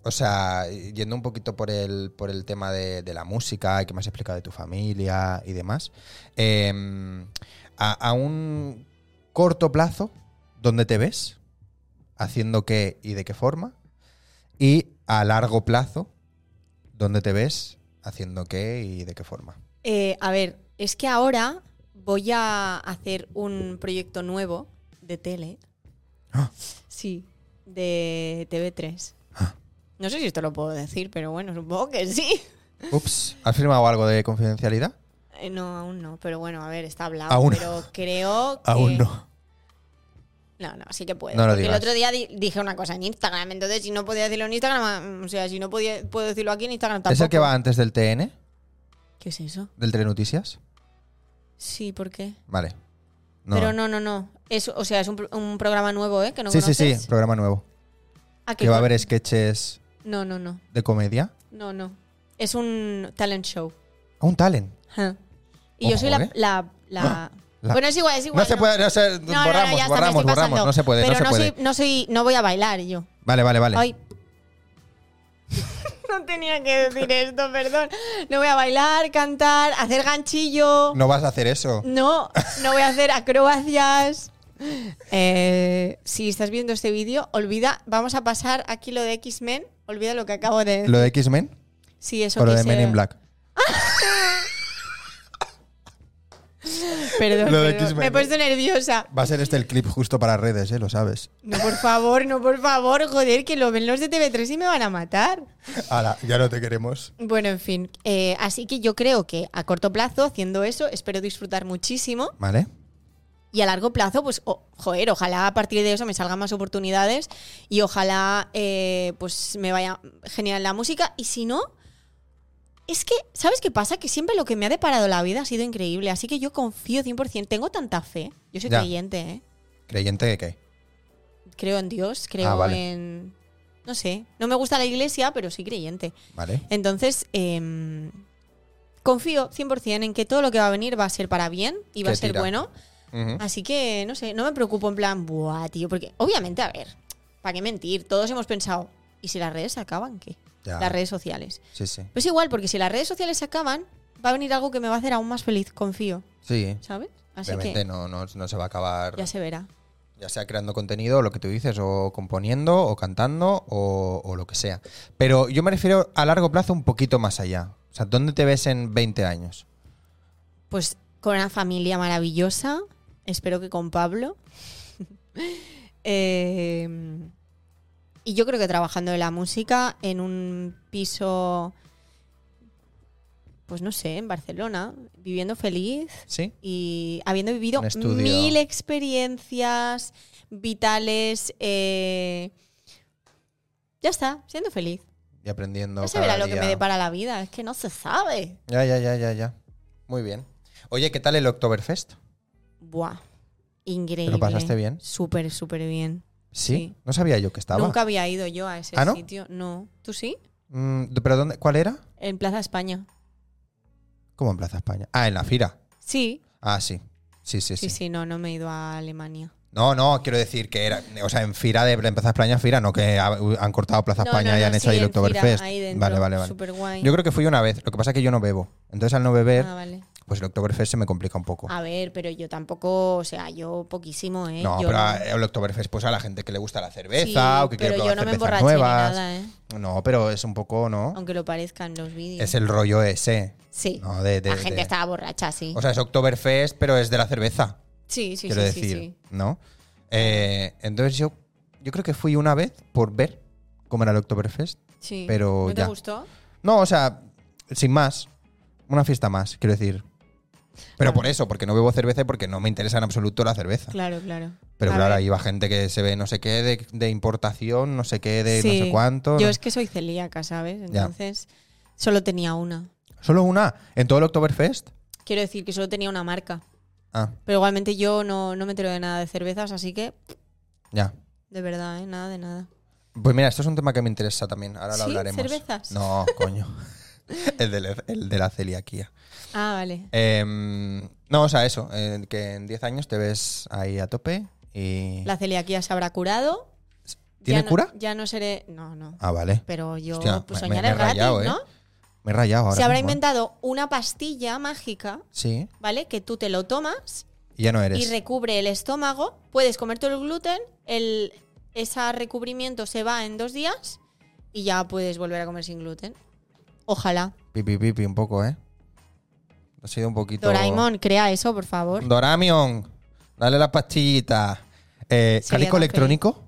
O sea, yendo un poquito por el, por el tema de, de la música y que me has explicado de tu familia y demás, eh, a, a un corto plazo, ¿dónde te ves? ¿Haciendo qué y de qué forma? Y a largo plazo, ¿dónde te ves? ¿Haciendo qué y de qué forma? Eh, a ver, es que ahora voy a hacer un proyecto nuevo de tele. Ah. Sí, de TV3. Ah. No sé si esto lo puedo decir, pero bueno, supongo que sí. Ups, ¿has firmado algo de confidencialidad? Eh, no, aún no, pero bueno, a ver, está hablado. Aún no. pero creo *laughs* que. Aún no. No, no, sí que puedo. No lo porque el digas. otro día di- dije una cosa en Instagram, entonces si no podía decirlo en Instagram, mm, o sea, si no podía, puedo decirlo aquí en Instagram tampoco. ¿Es el que va antes del TN? ¿Qué es eso? ¿Del Telenoticias? Sí, ¿por qué? Vale. Pero no, no, no. Es, o sea, es un, pro- un programa nuevo, ¿eh? Que no sí, sí, conoces. sí, programa nuevo. Ah, Que va a con- haber sketches No, no, no. de comedia. No, no. Es un talent show. *laughs* A un talent. Ja. Y yo Ojo, soy la... ¿eh? *gasps* la- la- La- Bueno, es igual, es No, igual. se puede, no se. No, no, no, borramos, ya está, me borramos, estoy pasando. borramos. No se puede, Pero no se puede. Soy, no, soy, no voy a bailar yo. Vale, vale, vale. Ay. *laughs* no tenía que decir esto, perdón. No voy a bailar, cantar, hacer ganchillo. No vas a hacer eso. No, no voy a hacer acrobacias. Eh, si estás viendo este vídeo, olvida, vamos a pasar aquí lo de X-Men, olvida lo que acabo de decir. ¿Lo de X-Men? Sí, eso ¿O lo de quise- Men in Black? Perdón, Lo de perdón. X-Men. me he puesto nerviosa. Va a ser este el clip justo para redes, ¿eh? Lo sabes. No, por favor, no, por favor, joder, que lo ven los de TV3 y me van a matar. Ahora, ya no te queremos. Bueno, en fin, eh, así que yo creo que a corto plazo, haciendo eso, espero disfrutar muchísimo. Vale. Y a largo plazo, pues, o- joder, ojalá a partir de eso me salgan más oportunidades y ojalá eh, pues me vaya genial la música. Y si no, es que, ¿sabes qué pasa? Que siempre lo que me ha deparado la vida ha sido increíble. Así que yo confío 100%, tengo tanta fe. Yo soy Ya. creyente, ¿eh? ¿Creyente de qué? Creo en Dios, creo Ah, vale. en... No sé, no me gusta la iglesia, pero soy creyente. Vale. Entonces, em, confío 100% en que todo lo que va a venir va a ser para bien y va Que a ser tira. bueno. Ah, Ujú. Así que, no sé, no me preocupo en plan, buah, tío, porque obviamente, a ver, ¿para qué mentir? Todos hemos pensado, ¿y si las redes se acaban qué? Ya. Las redes sociales. Sí, sí. Pues igual, porque si las redes sociales se acaban, va a venir algo que me va a hacer aún más feliz, confío, Sí. ¿sabes? Así Obviamente que no, no, no se va a acabar. ya se verá. ya sea creando contenido, lo que tú dices, o componiendo, o cantando, o, o lo que sea. Pero yo me refiero a largo plazo un poquito más allá. O sea, ¿dónde te ves en 20 años? Pues con una familia maravillosa, espero que con Pablo. *laughs* Eh, y yo creo que trabajando en la música en un piso, pues no sé, en Barcelona, viviendo feliz ¿Sí? y habiendo vivido Un estudio. mil experiencias vitales, eh, ya está, siendo feliz. Y aprendiendo. No se cada verá lo que día. me depara la vida, es que no se sabe. Ya, ya, ya, ya, ya. Muy bien. Oye, ¿qué tal el Oktoberfest? Buah, increíble. ¿Te lo pasaste bien? Súper, súper bien. ¿Sí? Sí. No sabía yo que estaba. Nunca había ido yo a ese ¿Ah, no? sitio. No. ¿Tú sí? Mm, ¿Pero dónde, cuál era? En Plaza España. ¿Cómo en Plaza España? Ah, en la FIRA. Sí, Ah, sí. Sí, sí, sí, sí, sí. no, no me he ido a Alemania. No, no, quiero decir que era. O sea, en FIRA de en Plaza España, FIRA, no que ha- han cortado Plaza No, España no, y no, han hecho sí, ahí el en Fira, Oktoberfest. ahí dentro, Vale, vale, vale. Súper guay. Yo creo que fui una vez, lo que pasa es que yo no bebo. Entonces al no beber, Ah, vale. pues el Oktoberfest se me complica un poco. A ver, pero yo tampoco, o sea, yo poquísimo, ¿eh? no, Yo pero no. a- el Oktoberfest pues a la gente que le gusta la Sí, cerveza o que quiere pero yo probar no me cervezas emborraché nuevas. ni nada, ¿eh? No, pero es un poco, ¿no? Aunque lo parezcan los vídeos. Es el rollo ese. Sí. No, de, de- la gente de- estaba borracha, sí. O sea, es Oktoberfest, pero es de la cerveza, sí, sí, sí, quiero sí, decir, sí. ¿no? Eh, entonces yo, yo creo que fui una vez por ver cómo era el Oktoberfest. Sí. Pero ¿No ya. te gustó? No, o sea, sin más. Una fiesta más, quiero decir. Pero por eso, porque no bebo cerveza y porque no me interesa en absoluto la cerveza. Claro, claro. Pero A claro, ver, ahí va gente que se ve no sé qué de, de importación, no sé qué de Sí. no sé cuánto. Yo no- es que soy celíaca, ¿sabes? Ya. Entonces, solo tenía una. Solo una, en todo el Oktoberfest. Quiero decir que solo tenía una marca. Ah, Pero igualmente yo no, no me entero de nada de cervezas, así que, ya. de verdad, ¿eh? nada de nada. Pues mira, esto es un tema que me interesa también, ahora ¿Sí? lo hablaremos. ¿Cervezas? No, coño. *laughs* el, de, el de la celiaquía. Ah, vale. Em, no, o sea, eso, eh, que en 10 años te ves ahí a tope y... La celiaquía se habrá curado. Eh. ¿Tiene ya no- cura? ya no seré. No, no. Ah, vale. Pero yo, Hostia, pues me- me- soñar me he es gratis, rayado, ¿eh? ¿no? Me he rayado ahora. Se habrá mismo, ¿eh? inventado una pastilla mágica, Sí. ¿vale? Que tú te lo tomas Y ya no eres. y recubre el estómago. Puedes comer todo el gluten, el, ese recubrimiento se va en dos días y ya puedes volver a comer sin gluten. Ojalá. Pipi, pipi, un poco, ¿eh? Ha sido un poquito. Doraemon, crea eso, por favor. Mm. Doramion. Dale la pastillita. Eh, Sería ¿Cálico tan electrónico?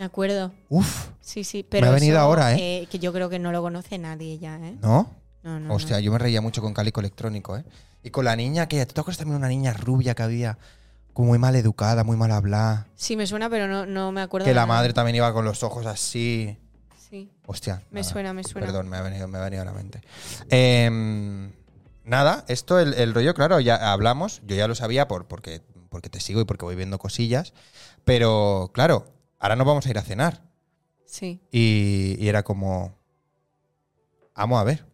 Me acuerdo. Uf. Sí, sí, pero. ha venido eso, eh, ahora, ¿eh? que yo creo que no lo conoce nadie ya, ¿eh? ¿No? No, no. no. Hostia, yo me reía mucho con Cálico electrónico, ¿eh? Y con la niña que. ¿Tú te acuerdas también de una niña rubia que había? Como muy mal educada, muy mal hablada. Sí, me suena, pero no, no me acuerdo. Que de la nada. madre también iba con los ojos así. Sí. Hostia. Me suena, me suena. Perdón, me ha venido, me ha venido a la mente. Em, nada, esto, el, el rollo, claro, ya hablamos. Yo ya lo sabía por, porque, porque te sigo y porque voy viendo cosillas. Pero, claro, ahora nos vamos a ir a cenar. Sí. Y, y era como. Vamos a ver.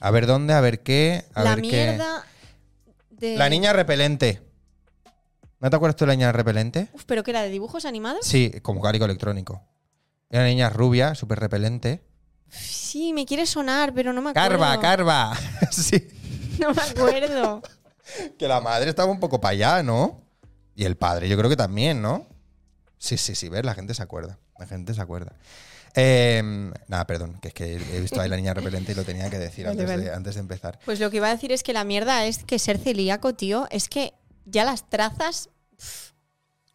A ver dónde, a ver qué, a la ver mierda de. qué. La niña repelente. ¿No te acuerdas tú de la niña repelente? Uf, pero que era de dibujos animados. Sí, como cálico electrónico. Era una niña rubia, súper repelente. Sí, me quiere sonar, pero no me acuerdo. Carva, carva. *laughs* sí. *laughs* No me acuerdo. Que la madre estaba un poco para allá, ¿no? Y el padre, yo creo que también, ¿no? Sí, sí, sí, ves, la gente se acuerda. La gente se acuerda. Eh, nada, perdón, que es que he visto ahí la niña repelente y lo tenía que decir Vale, antes, De, vale. antes de empezar. Pues lo que iba a decir es que la mierda es que ser celíaco, tío, es que ya las trazas. pf,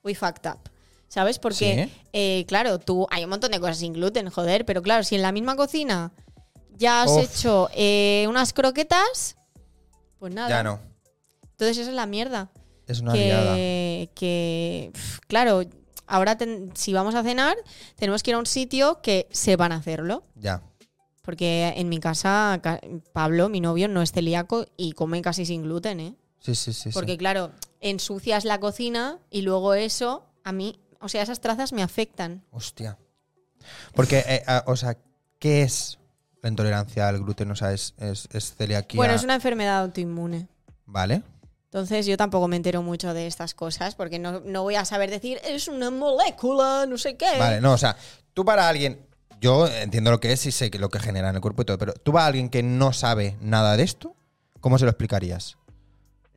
we fucked up. ¿Sabes? Porque, Sí. eh, claro, tú. Hay un montón de cosas sin gluten, joder, pero claro, si en la misma cocina ya has Uf. hecho eh, unas croquetas, pues nada. Ya no. Entonces esa es la mierda. Es una liada. que, que, pf, claro, ahora ten- si vamos a cenar, tenemos que ir a un sitio que sepan hacerlo. Ya. Porque en mi casa, ca- Pablo, mi novio, no es celíaco y come casi sin gluten, ¿eh? Sí, sí, sí. sí. Porque, claro, ensucias la cocina y luego eso, a mí, o sea, esas trazas me afectan. Hostia. Porque, eh, ah, o sea, ¿qué es la intolerancia al gluten? O sea, es, es, es celiaquía. Bueno, es una enfermedad autoinmune. Vale. Entonces yo tampoco me entero mucho de estas cosas porque no, no voy a saber decir, es una molécula, no sé qué. Vale, no, o sea, tú para alguien, yo entiendo lo que es y sé que lo que genera en el cuerpo y todo, pero tú para alguien que no sabe nada de esto, ¿cómo se lo explicarías?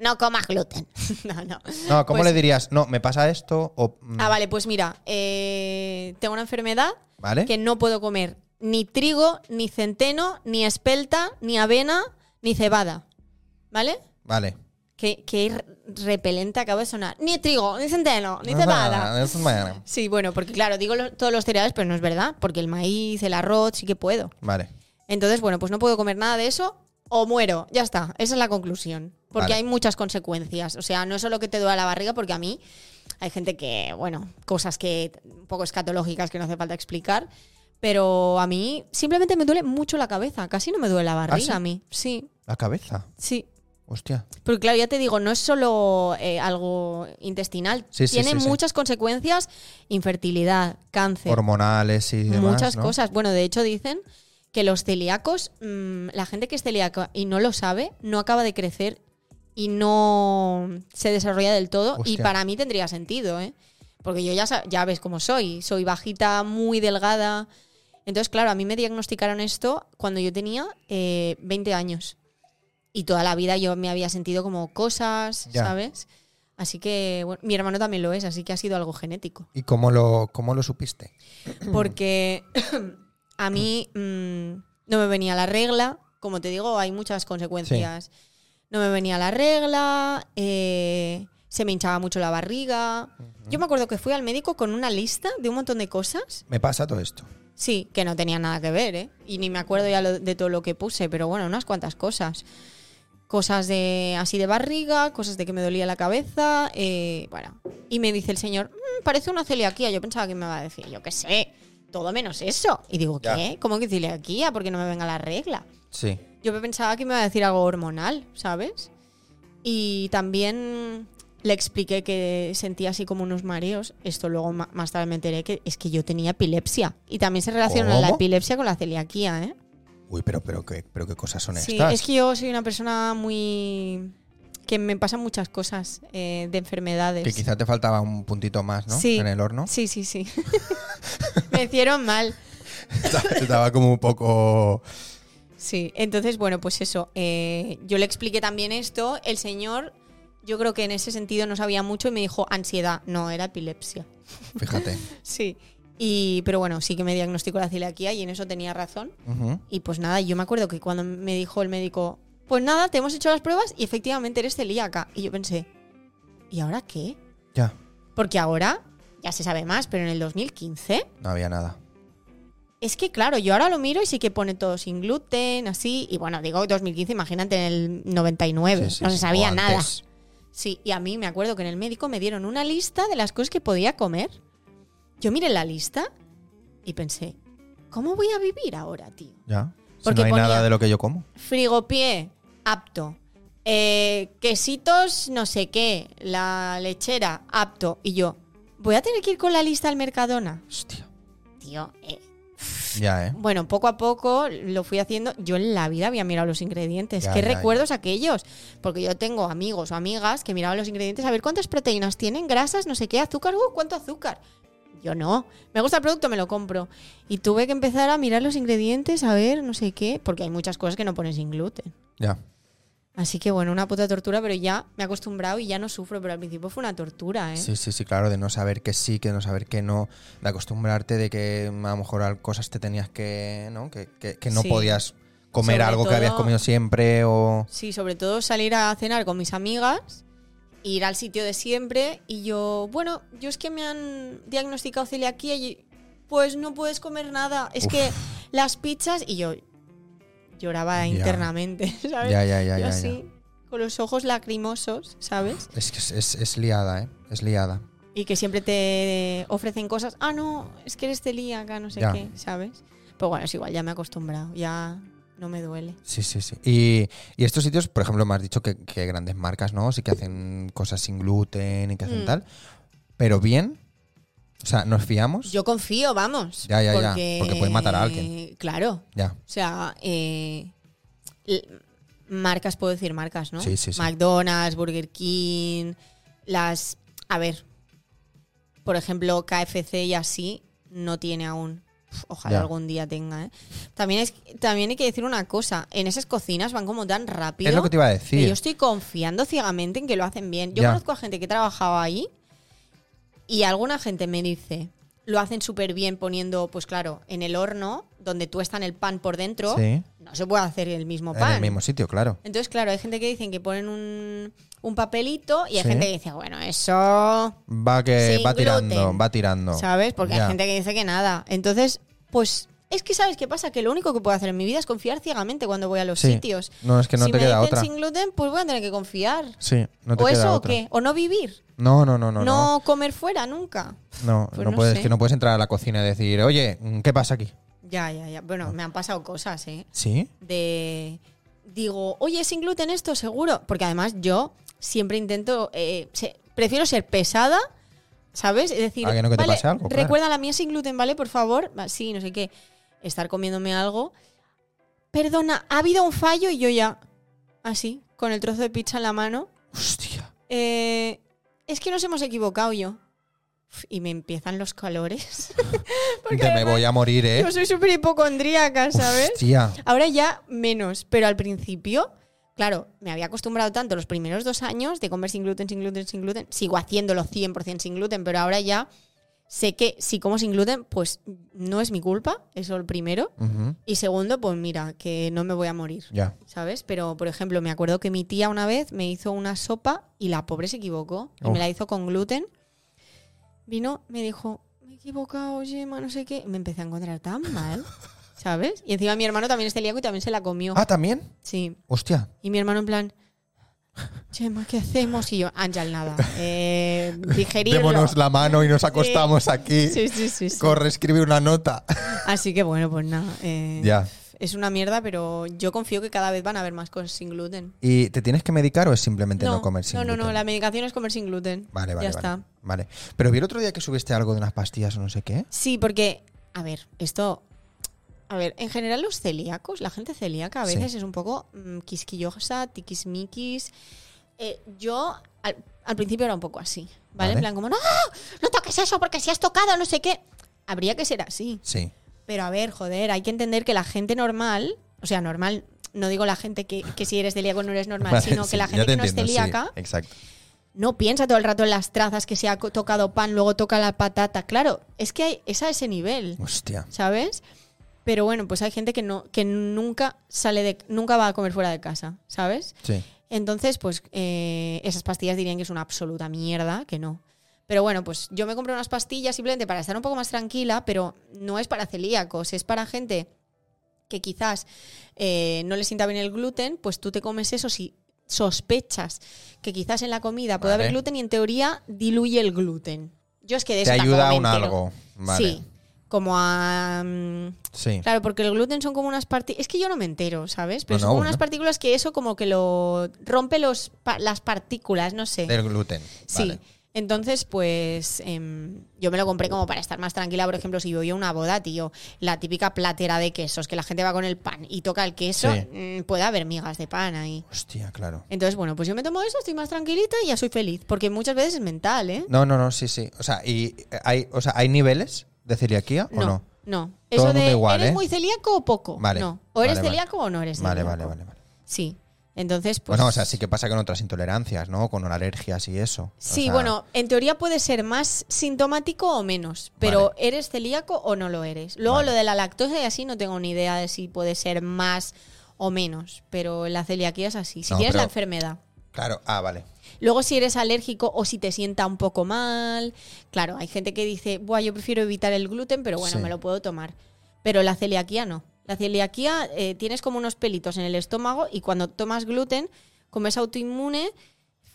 No comas gluten. *laughs* no, no. No, ¿cómo Pues- le dirías? No, me pasa esto o mm, Ah, vale, pues mira, eh, tengo una enfermedad ¿vale? que no puedo comer ni trigo, ni centeno, ni espelta, ni avena, ni cebada. ¿Vale? Vale. Que, que re- repelente acabo de sonar. Ni trigo, ni centeno, ni No es cebada. nada, es nada. Sí, bueno, porque claro, digo lo- todos los cereales, pero no es verdad, porque el maíz, el arroz, sí que puedo. Vale. Entonces, bueno, pues no puedo comer nada de eso o muero. Ya está, esa es la conclusión. Porque Vale. hay muchas consecuencias. O sea, no es solo que te duela la barriga, porque a mí hay gente que, bueno, cosas que un poco escatológicas que no hace falta explicar. Pero a mí simplemente me duele mucho la cabeza. Casi no me duele la barriga ¿Ah, sí? a mí. Sí, La cabeza. sí. Hostia. Porque claro, ya te digo, no es solo eh, algo intestinal. Sí, sí, Tiene sí, sí. muchas consecuencias. Infertilidad, cáncer, Hormonales y demás. muchas ¿no? cosas. Bueno, de hecho dicen que los celíacos, mm, la gente que es celíaca y no lo sabe, no acaba de crecer y no se desarrolla del todo. Y Hostia. para mí tendría sentido, ¿eh? Porque yo ya, sa- ya ves cómo soy. Soy bajita, muy delgada. Entonces, claro, a mí me diagnosticaron esto cuando yo tenía eh, 20 años. Y toda la vida yo me había sentido como cosas, Ya. ¿sabes? Así que, bueno, mi hermano también lo es, así que ha sido algo genético ¿Y cómo lo, cómo lo supiste? *clears throat* porque a mí mm, no me venía la regla. Como te digo, hay muchas consecuencias. No me venía la regla, eh, se me hinchaba mucho la barriga. Yo me acuerdo que fui al médico con una lista de un montón de cosas, Me pasa todo esto. sí, que no tenía nada que ver, ¿eh? Y ni me acuerdo ya lo- de todo lo que puse, pero bueno, unas cuantas cosas. Cosas de así de barriga, cosas de que me dolía la cabeza, eh, bueno. Y me dice el señor, "Mm, parece una celiaquía. Yo pensaba que me iba a decir, yo qué sé, todo menos eso. Y digo, Ya. ¿qué? ¿Cómo que celiaquía? Porque no me venga la regla. Sí. Yo pensaba que me iba a decir algo hormonal, ¿sabes? Y también le expliqué que sentía así como unos mareos. Esto luego ma- más tarde me enteré que es que yo tenía epilepsia. Y también se relaciona la ¿Cómo? epilepsia con la celiaquía, ¿eh? Uy, pero, pero, ¿qué, pero qué cosas son Sí, estas. es que yo soy una persona muy... que me pasan muchas cosas eh, de enfermedades. Que quizá te faltaba un puntito más, ¿no? *laughs* Sí. *laughs* En el horno. Sí, sí, sí. Me hicieron mal. Estaba como un poco. Sí, entonces, bueno, pues eso. eh, yo le expliqué también esto. El señor, yo creo que en ese sentido no sabía mucho y me dijo ansiedad. No, era epilepsia. Fíjate. Sí. Y, pero bueno, sí que me diagnosticó la celiaquía y en eso tenía razón. Ujú. Y pues nada, yo me acuerdo que cuando me dijo el médico, pues nada, te hemos hecho las pruebas y efectivamente eres celíaca. Y yo pensé, ¿y ahora qué? Ya, Porque ahora ya se sabe más, pero en el 2015 no había nada. es que claro, yo ahora lo miro y sí que pone todo sin gluten, así. Y bueno, digo 2015, imagínate en el 99, Sí, sí, Eh, no se sí. sabía O nada. antes. Sí, y a mí me acuerdo que en el médico me dieron una lista de las cosas que podía comer. Yo miré la lista y pensé, ¿cómo voy a vivir ahora, tío? Ya. Si Porque no hay ponía- nada de lo que yo como. Frigopié, apto. Eh, quesitos, no sé qué. La lechera, apto. Y yo, voy a tener que ir con la lista al Mercadona. Hostia. Tío, eh, Ya, ¿eh? bueno, poco a poco lo fui haciendo. Yo en la vida había mirado los ingredientes. Ya, ¿Qué ya, recuerdos aquellos? Porque yo tengo amigos o amigas que miraban los ingredientes a ver cuántas proteínas tienen, grasas, no sé qué, azúcar, uh, cuánto azúcar. Yo no. Me gusta el producto, me lo compro. Y tuve que empezar a mirar los ingredientes, a ver, no sé qué, porque hay muchas cosas que no ponen sin gluten. Ya. Así que bueno, una puta tortura, pero ya me he acostumbrado y ya no sufro, pero al principio fue una tortura, ¿eh? Sí, sí, sí, claro, de no saber que sí, que no saber que no, de acostumbrarte de que mm, a lo mejor al- cosas te tenías que, ¿no? Que, que- que no Sí. podías comer Sobre algo que habías todo- comido siempre o... Sí, sobre todo salir a cenar con mis amigas, ir al sitio de siempre y yo, bueno, yo es que me han diagnosticado celiaquía y pues no puedes comer nada, es Uf. que las pizzas y yo lloraba Ya. internamente, *laughs* ¿sabes? Ya, ya, ya, Yo ya, ya. así, con los ojos lacrimosos, ¿sabes? Es que es, es- es liada, ¿eh? Es liada. Y que siempre te ofrecen cosas, ah, no, es que eres celíaca, no sé Ya. qué, ¿sabes? Pero bueno, es igual, ya me he acostumbrado, ya no me duele. Sí, sí, sí. Y, y estos sitios, por ejemplo, me has dicho que, que grandes marcas, ¿no? Sí que hacen cosas sin gluten y que hacen Mm. tal. Pero bien, o sea, ¿nos fiamos? Yo confío, vamos. Ya, ya, ya, porque puedes matar a alguien. Claro. Ya. O sea, eh, l- marcas, puedo decir marcas, ¿no? Sí, sí, sí. McDonald's, Burger King, las... A ver, por ejemplo, KFC y así no tiene aún. Uf, Ojalá Ya. algún día tenga, ¿eh? También, es, también hay que decir una cosa. En esas cocinas van como tan rápido. Es lo que te iba a que decir. yo estoy confiando ciegamente en que lo hacen bien. Yo Ya. conozco a gente que trabajaba ahí y alguna gente me dice, lo hacen súper bien poniendo, pues claro, en el horno, donde tuestan el pan por dentro, Sí. no se puede hacer el mismo En pan. el mismo sitio, claro. Entonces, claro, hay gente que dicen que ponen un, un papelito y hay Sí. gente que dice, bueno, eso, Va que Sin va tirando, gluten. va tirando. ¿sabes? Porque Ya. hay gente que dice que nada. Entonces, pues... Es que, ¿sabes qué pasa? Que lo único que puedo hacer en mi vida es confiar ciegamente cuando voy a los Sí. sitios. No, es que no si te me queda dicen otra. sin gluten, pues voy a tener que confiar. Sí, no te o queda eso otra. o qué, o no vivir, No, no, no, no, no, no. comer fuera nunca. No, Pues no no puedes, sé. que no puedes entrar a la cocina y decir, oye, mm, ¿qué pasa aquí? Ya, ya, ya. Bueno, me han pasado cosas, ¿eh? Sí, De digo, "Oye, sin gluten esto seguro", porque además yo siempre intento eh, se- prefiero ser pesada, ¿sabes? Es decir, A Ah, que no que te "Vale, pase algo, claro". recuerda la mía sin gluten, ¿vale? Por favor. Va, Sí, no sé qué. Estar comiéndome algo. Perdona, ha habido un fallo y yo ya así, con el trozo de pizza en la mano. hostia. Eh, es que nos hemos equivocado yo. Uf, Y me empiezan los calores. *laughs* Porque Te me además voy a morir, ¿eh? *laughs* Yo soy súper hipocondríaca, ¿sabes? Hostia. Ahora ya menos, pero al principio, claro, me había acostumbrado tanto los primeros dos años de comer sin gluten, sin gluten, sin gluten. Sigo haciéndolo 100% sin gluten, pero ahora ya sé que si como sin gluten, pues no es mi culpa, eso el primero. Ujú, Y segundo, pues mira, que no me voy a morir. Ya. ¿Sabes? Pero, por ejemplo, me acuerdo que mi tía una vez me hizo una sopa y la pobre se equivocó. Y Uf. me la hizo con gluten. Vino, me dijo, me he equivocado, Gemma, no sé qué. Y me empecé a encontrar tan *laughs* mal, ¿sabes? Y encima mi hermano también es celíaco y también se la comió. Ah, ¿también? Sí. Hostia. Y mi hermano en plan, Gemma, ¿qué hacemos? Y yo, Ángel, nada. *laughs* Eh, digerirlo. Démonos la mano y nos acostamos aquí. Sí, sí, sí, sí. Corre, escribe una nota. Así que bueno, pues nada. eh, ya. Es una mierda, pero yo confío que cada vez van a haber más cosas sin gluten. ¿Y te tienes que medicar o es simplemente no, comer sin no, gluten? No, no, la medicación es comer sin gluten. Vale, vale, Ya vale, está. Vale. Pero vi el otro día que subiste algo de unas pastillas o no sé qué. Sí, porque, a ver, esto. A ver, en general los celíacos, la gente celíaca a Sí. veces es un poco mm, quisquillosa, tiquismiquis. Eh, yo al, al principio era un poco así, ¿vale? Vale. En plan, como, no, no toques eso porque si has tocado, no sé qué. habría que ser así. Sí. Pero a ver, joder, hay que entender que la gente normal, o sea, normal, no digo la gente que, que si eres celíaco no eres *laughs* normal, Vale, sino sí, que la ya gente te que no es entiendo, sí, celíaca exacto. no piensa todo el rato en las trazas, que se ha co- tocado pan, luego toca la patata. Claro, es que hay, es a ese nivel, Hostia. ¿sabes? Pero bueno, pues hay gente que no que nunca sale de nunca va a comer fuera de casa, ¿sabes? Sí. Entonces, pues eh, esas pastillas dirían que es una absoluta mierda, que no. Pero bueno, pues yo me compré unas pastillas simplemente para estar un poco más tranquila, pero no es para celíacos, es para gente que quizás eh, no le sienta bien el gluten, pues tú te comes eso si sospechas que quizás en la comida puede Vale. haber gluten y en teoría diluye el gluten. Yo es que de Te eso tampoco ayuda a me un entero. algo. Vale. Sí, como a... mm, Sí. Claro, porque el gluten son como unas partículas. Es que yo no me entero, ¿sabes? Pero No, son no, como unas no. partículas que eso como que lo rompe los pa- las partículas, no sé. Del gluten. sí. Vale. Entonces, pues em, yo me lo compré como para estar más tranquila. Por ejemplo, si voy a una boda, tío, la típica platera de quesos, que la gente va con el pan y toca el queso, Sí. mm, puede haber migas de pan ahí. Hostia, claro. Entonces, bueno, pues yo me tomo eso, estoy más tranquilita y ya soy feliz. Porque muchas veces es mental, ¿eh? No, no, no, sí, sí. O sea, ¿y hay, o sea, ¿hay niveles de celiaquía o no? No. el Eso mundo de, igual, ¿eres ¿eh? muy celíaco o poco? Vale, No. O eres vale, vale. celíaco o no eres Vale, celíaco. vale, vale, vale. Sí. Entonces, pues. Bueno, o sea, sí que pasa con otras intolerancias, ¿no? Con alergias y eso. O Sí, sea, bueno, en teoría puede ser más sintomático o menos, pero Vale. ¿eres celíaco o no lo eres? Luego Vale. lo de la lactosa y así no tengo ni idea de si puede ser más o menos, pero la celiaquía es así, si No, tienes la pero- enfermedad. Claro, ah, vale. Luego si eres alérgico o si te sienta un poco mal, claro, hay gente que dice, Buah, yo prefiero evitar el gluten, pero bueno, Sí. me lo puedo tomar. Pero la celiaquía no. La celiaquía eh, tienes como unos pelitos en el estómago y cuando tomas gluten, como es autoinmune,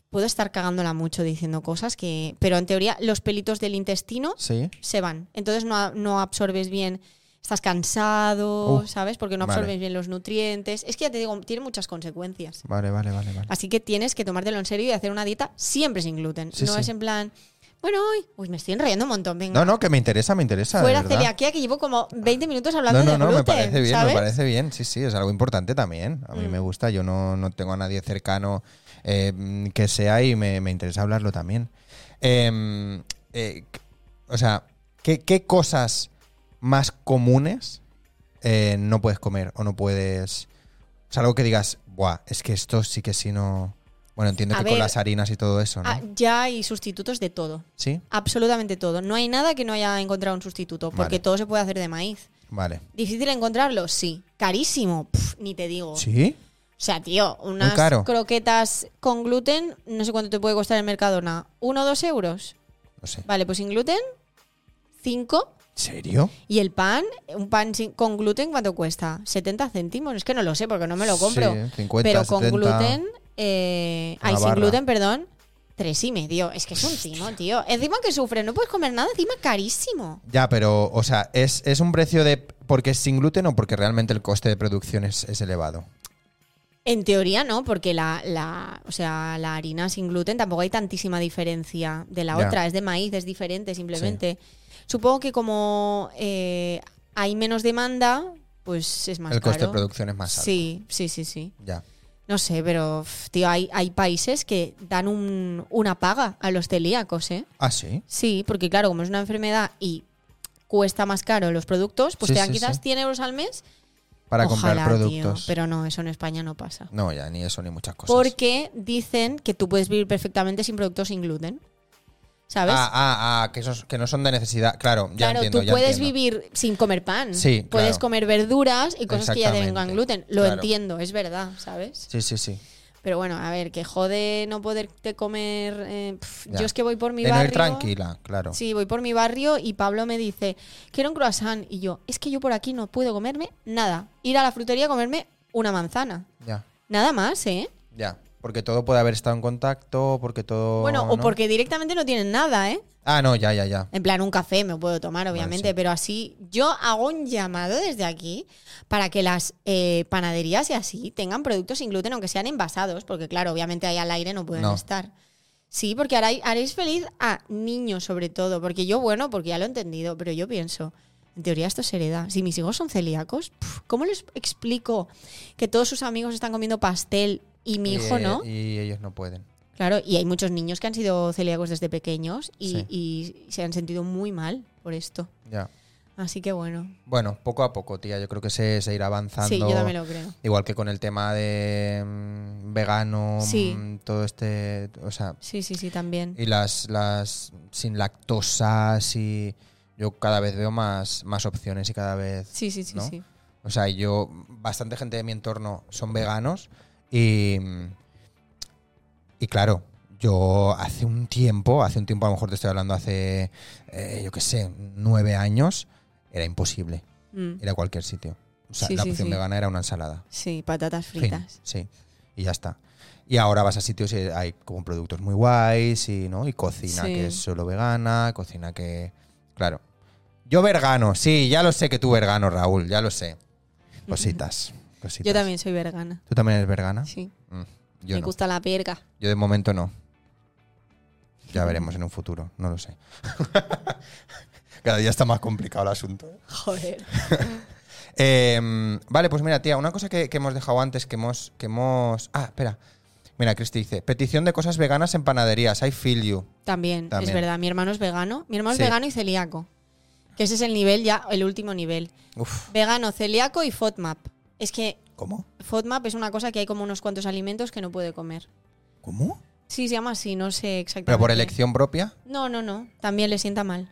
puedo estar cagándola mucho diciendo cosas que... Pero en teoría los pelitos del intestino Sí. se van. Entonces no, a- no absorbes bien, estás cansado, Uh, ¿sabes? Porque no vale. absorbes bien los nutrientes. Es que ya te digo, tiene muchas consecuencias. Vale, vale, vale, vale. Así que tienes que tomártelo en serio y hacer una dieta siempre sin gluten. Sí, no sí. es en plan, bueno, hoy, uy, me estoy enrollando un montón, venga. No, no, que me interesa, me interesa. de fuera verdad. celiaquía que llevo como 20 minutos hablando No, no, de no, gluten, me parece bien, ¿sabes? me parece bien, sí, sí, es algo importante también. A mí Mm. me gusta, yo no, no tengo a nadie cercano eh, que sea y me, me interesa hablarlo también. Em, eh, c- o sea, ¿qué, qué cosas más comunes eh, no puedes comer o no puedes... O sea, algo que digas, buah, es que esto sí que sí no... Bueno, entiendo A que ver, con las harinas y todo eso, ¿no? Ah, ya hay sustitutos de todo, ¿Sí? absolutamente todo. No hay nada que no haya encontrado un sustituto, porque Vale. todo se puede hacer de maíz. Vale. ¿Difícil encontrarlo? Sí. ¿Carísimo? Pf, ni te digo. ¿Sí? O sea, tío, unas caro. croquetas con gluten, no sé cuánto te puede costar en Mercadona. ¿Uno o dos euros? No sé. Vale, pues sin gluten, cinco. ¿En serio? ¿Y el pan? ¿Un pan sin- con gluten cuánto cuesta? ¿70 céntimos? Es que no lo sé porque no me lo compro. Sí, 50, pero con 70. gluten, eh, Una ay, sin barra. gluten, perdón, tres y medio. Es que es un timo, tío. Encima que sufre, no puedes comer nada, encima carísimo. Ya, pero, o sea, ¿es, es un precio de porque es sin gluten o porque realmente el coste de producción es, es elevado? En teoría no, porque la, la, o sea, la harina sin gluten tampoco hay tantísima diferencia de la Ya. otra. Es de maíz, es diferente simplemente. Supongo que como eh, hay menos demanda, pues es más el coste caro. de producción es más alto. Sí, sí, sí, sí. Ya. No sé, pero f, tío, hay, hay países que dan un- una paga a los celíacos, ¿eh? Ah, sí. Sí, porque claro, como es una enfermedad y cuesta más caro los productos, pues Sí, te dan sí, quizás sí. 100 euros al mes Para Ojalá, comprar productos. tío, pero no, eso en España no pasa. No, ya, ni eso, ni muchas cosas. Porque dicen que tú puedes vivir perfectamente sin productos sin gluten. ¿Sabes? Ah, ah, ah, que, esos, que no son de necesidad. Claro, ya claro, entiendo. tú ya puedes entiendo. vivir sin comer pan. Sí, puedes claro. comer verduras y cosas que ya tengan Exactamente, gluten. Lo claro. entiendo, es verdad, ¿sabes? Sí, sí, sí. Pero bueno, a ver, que jode no poderte comer. eh, pf, Ya. yo es que voy por mi de no barrio. ir tranquila, claro. Sí, voy por mi barrio y Pablo me dice, quiero un croissant. Y yo, es que yo por aquí no puedo comerme nada. Ir a la frutería a comerme una manzana. Ya, Nada más, ¿eh? ya. Porque todo puede haber estado en contacto, porque todo. bueno, o Oh, ¿no? porque directamente no tienen nada, ¿eh? Ah, no, ya, ya, ya. En plan, un café me puedo tomar, obviamente, sí. pero así yo hago un llamado desde aquí para que las eh, panaderías y así tengan productos sin gluten, aunque sean envasados, porque claro, obviamente ahí al aire no pueden No. estar. Sí, porque harai- haréis feliz a niños sobre todo, porque yo, bueno, porque ya lo he entendido, pero yo pienso, en teoría esto se hereda. Si mis hijos son celíacos, pf, ¿cómo les explico que todos sus amigos están comiendo pastel y mi Y, hijo eh, no? Y ellos no pueden. Claro, y hay muchos niños que han sido celíacos desde pequeños y, Sí. y se han sentido muy mal por esto. Ya. Así que bueno. Bueno, poco a poco, tía. Yo creo que se, se irá avanzando. Sí, yo también lo creo. Igual que con el tema de mm, vegano, Sí. mm, todo este. O sea, Sí, sí, sí, también. y las, las sin lactosas y. Yo cada vez veo más, más opciones y cada vez. Sí, sí, sí, ¿no? sí. O sea, yo, bastante gente de mi entorno son veganos y, mm, y claro, yo hace un tiempo, hace un tiempo a lo mejor te estoy hablando hace, eh, yo qué sé, nueve años, era imposible Mm. ir a cualquier sitio. O sea, Sí, la sí, opción sí. vegana era una ensalada. Sí, patatas Fin, fritas. sí, y ya está. Y ahora vas a sitios y hay como productos muy guays y, ¿no? y cocina Sí. que es solo vegana, cocina que... Claro. Yo vergano, sí, ya lo sé que tú vergano, Raúl, ya lo sé. *laughs* Cositas. cositas. Yo también soy vergana. ¿Tú también eres vergana? Sí. Mm, yo Me no. gusta la verga. Yo de momento no. Ya veremos en un futuro, no lo sé. *laughs* Cada día está más complicado el asunto. ¿eh? *laughs* Joder. Eh, vale, pues mira, tía, una cosa que, que hemos dejado antes, que hemos, que hemos... Ah, espera. Mira, Cristi dice, petición de cosas veganas en panaderías, I feel you. También, También. es verdad. Mi hermano es vegano. Mi hermano Sí. es vegano y celíaco. Que ese es el nivel ya, el último nivel. Uf, Vegano, celíaco y FODMAP. Es que ¿cómo? FODMAP es una cosa que hay como unos cuantos alimentos que no puede comer. ¿Cómo? Sí, se llama así, no sé exactamente. ¿Pero por elección propia? No, no, no. También le sienta mal.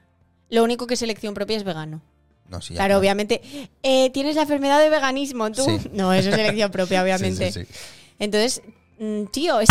Lo único que es elección propia es vegano. No, sí. ya claro, está. obviamente. eh, Tienes la enfermedad de veganismo, tú. *laughs* Sí. No, eso es elección propia, Sí, obviamente. sí, sí. Entonces, mm, tío, es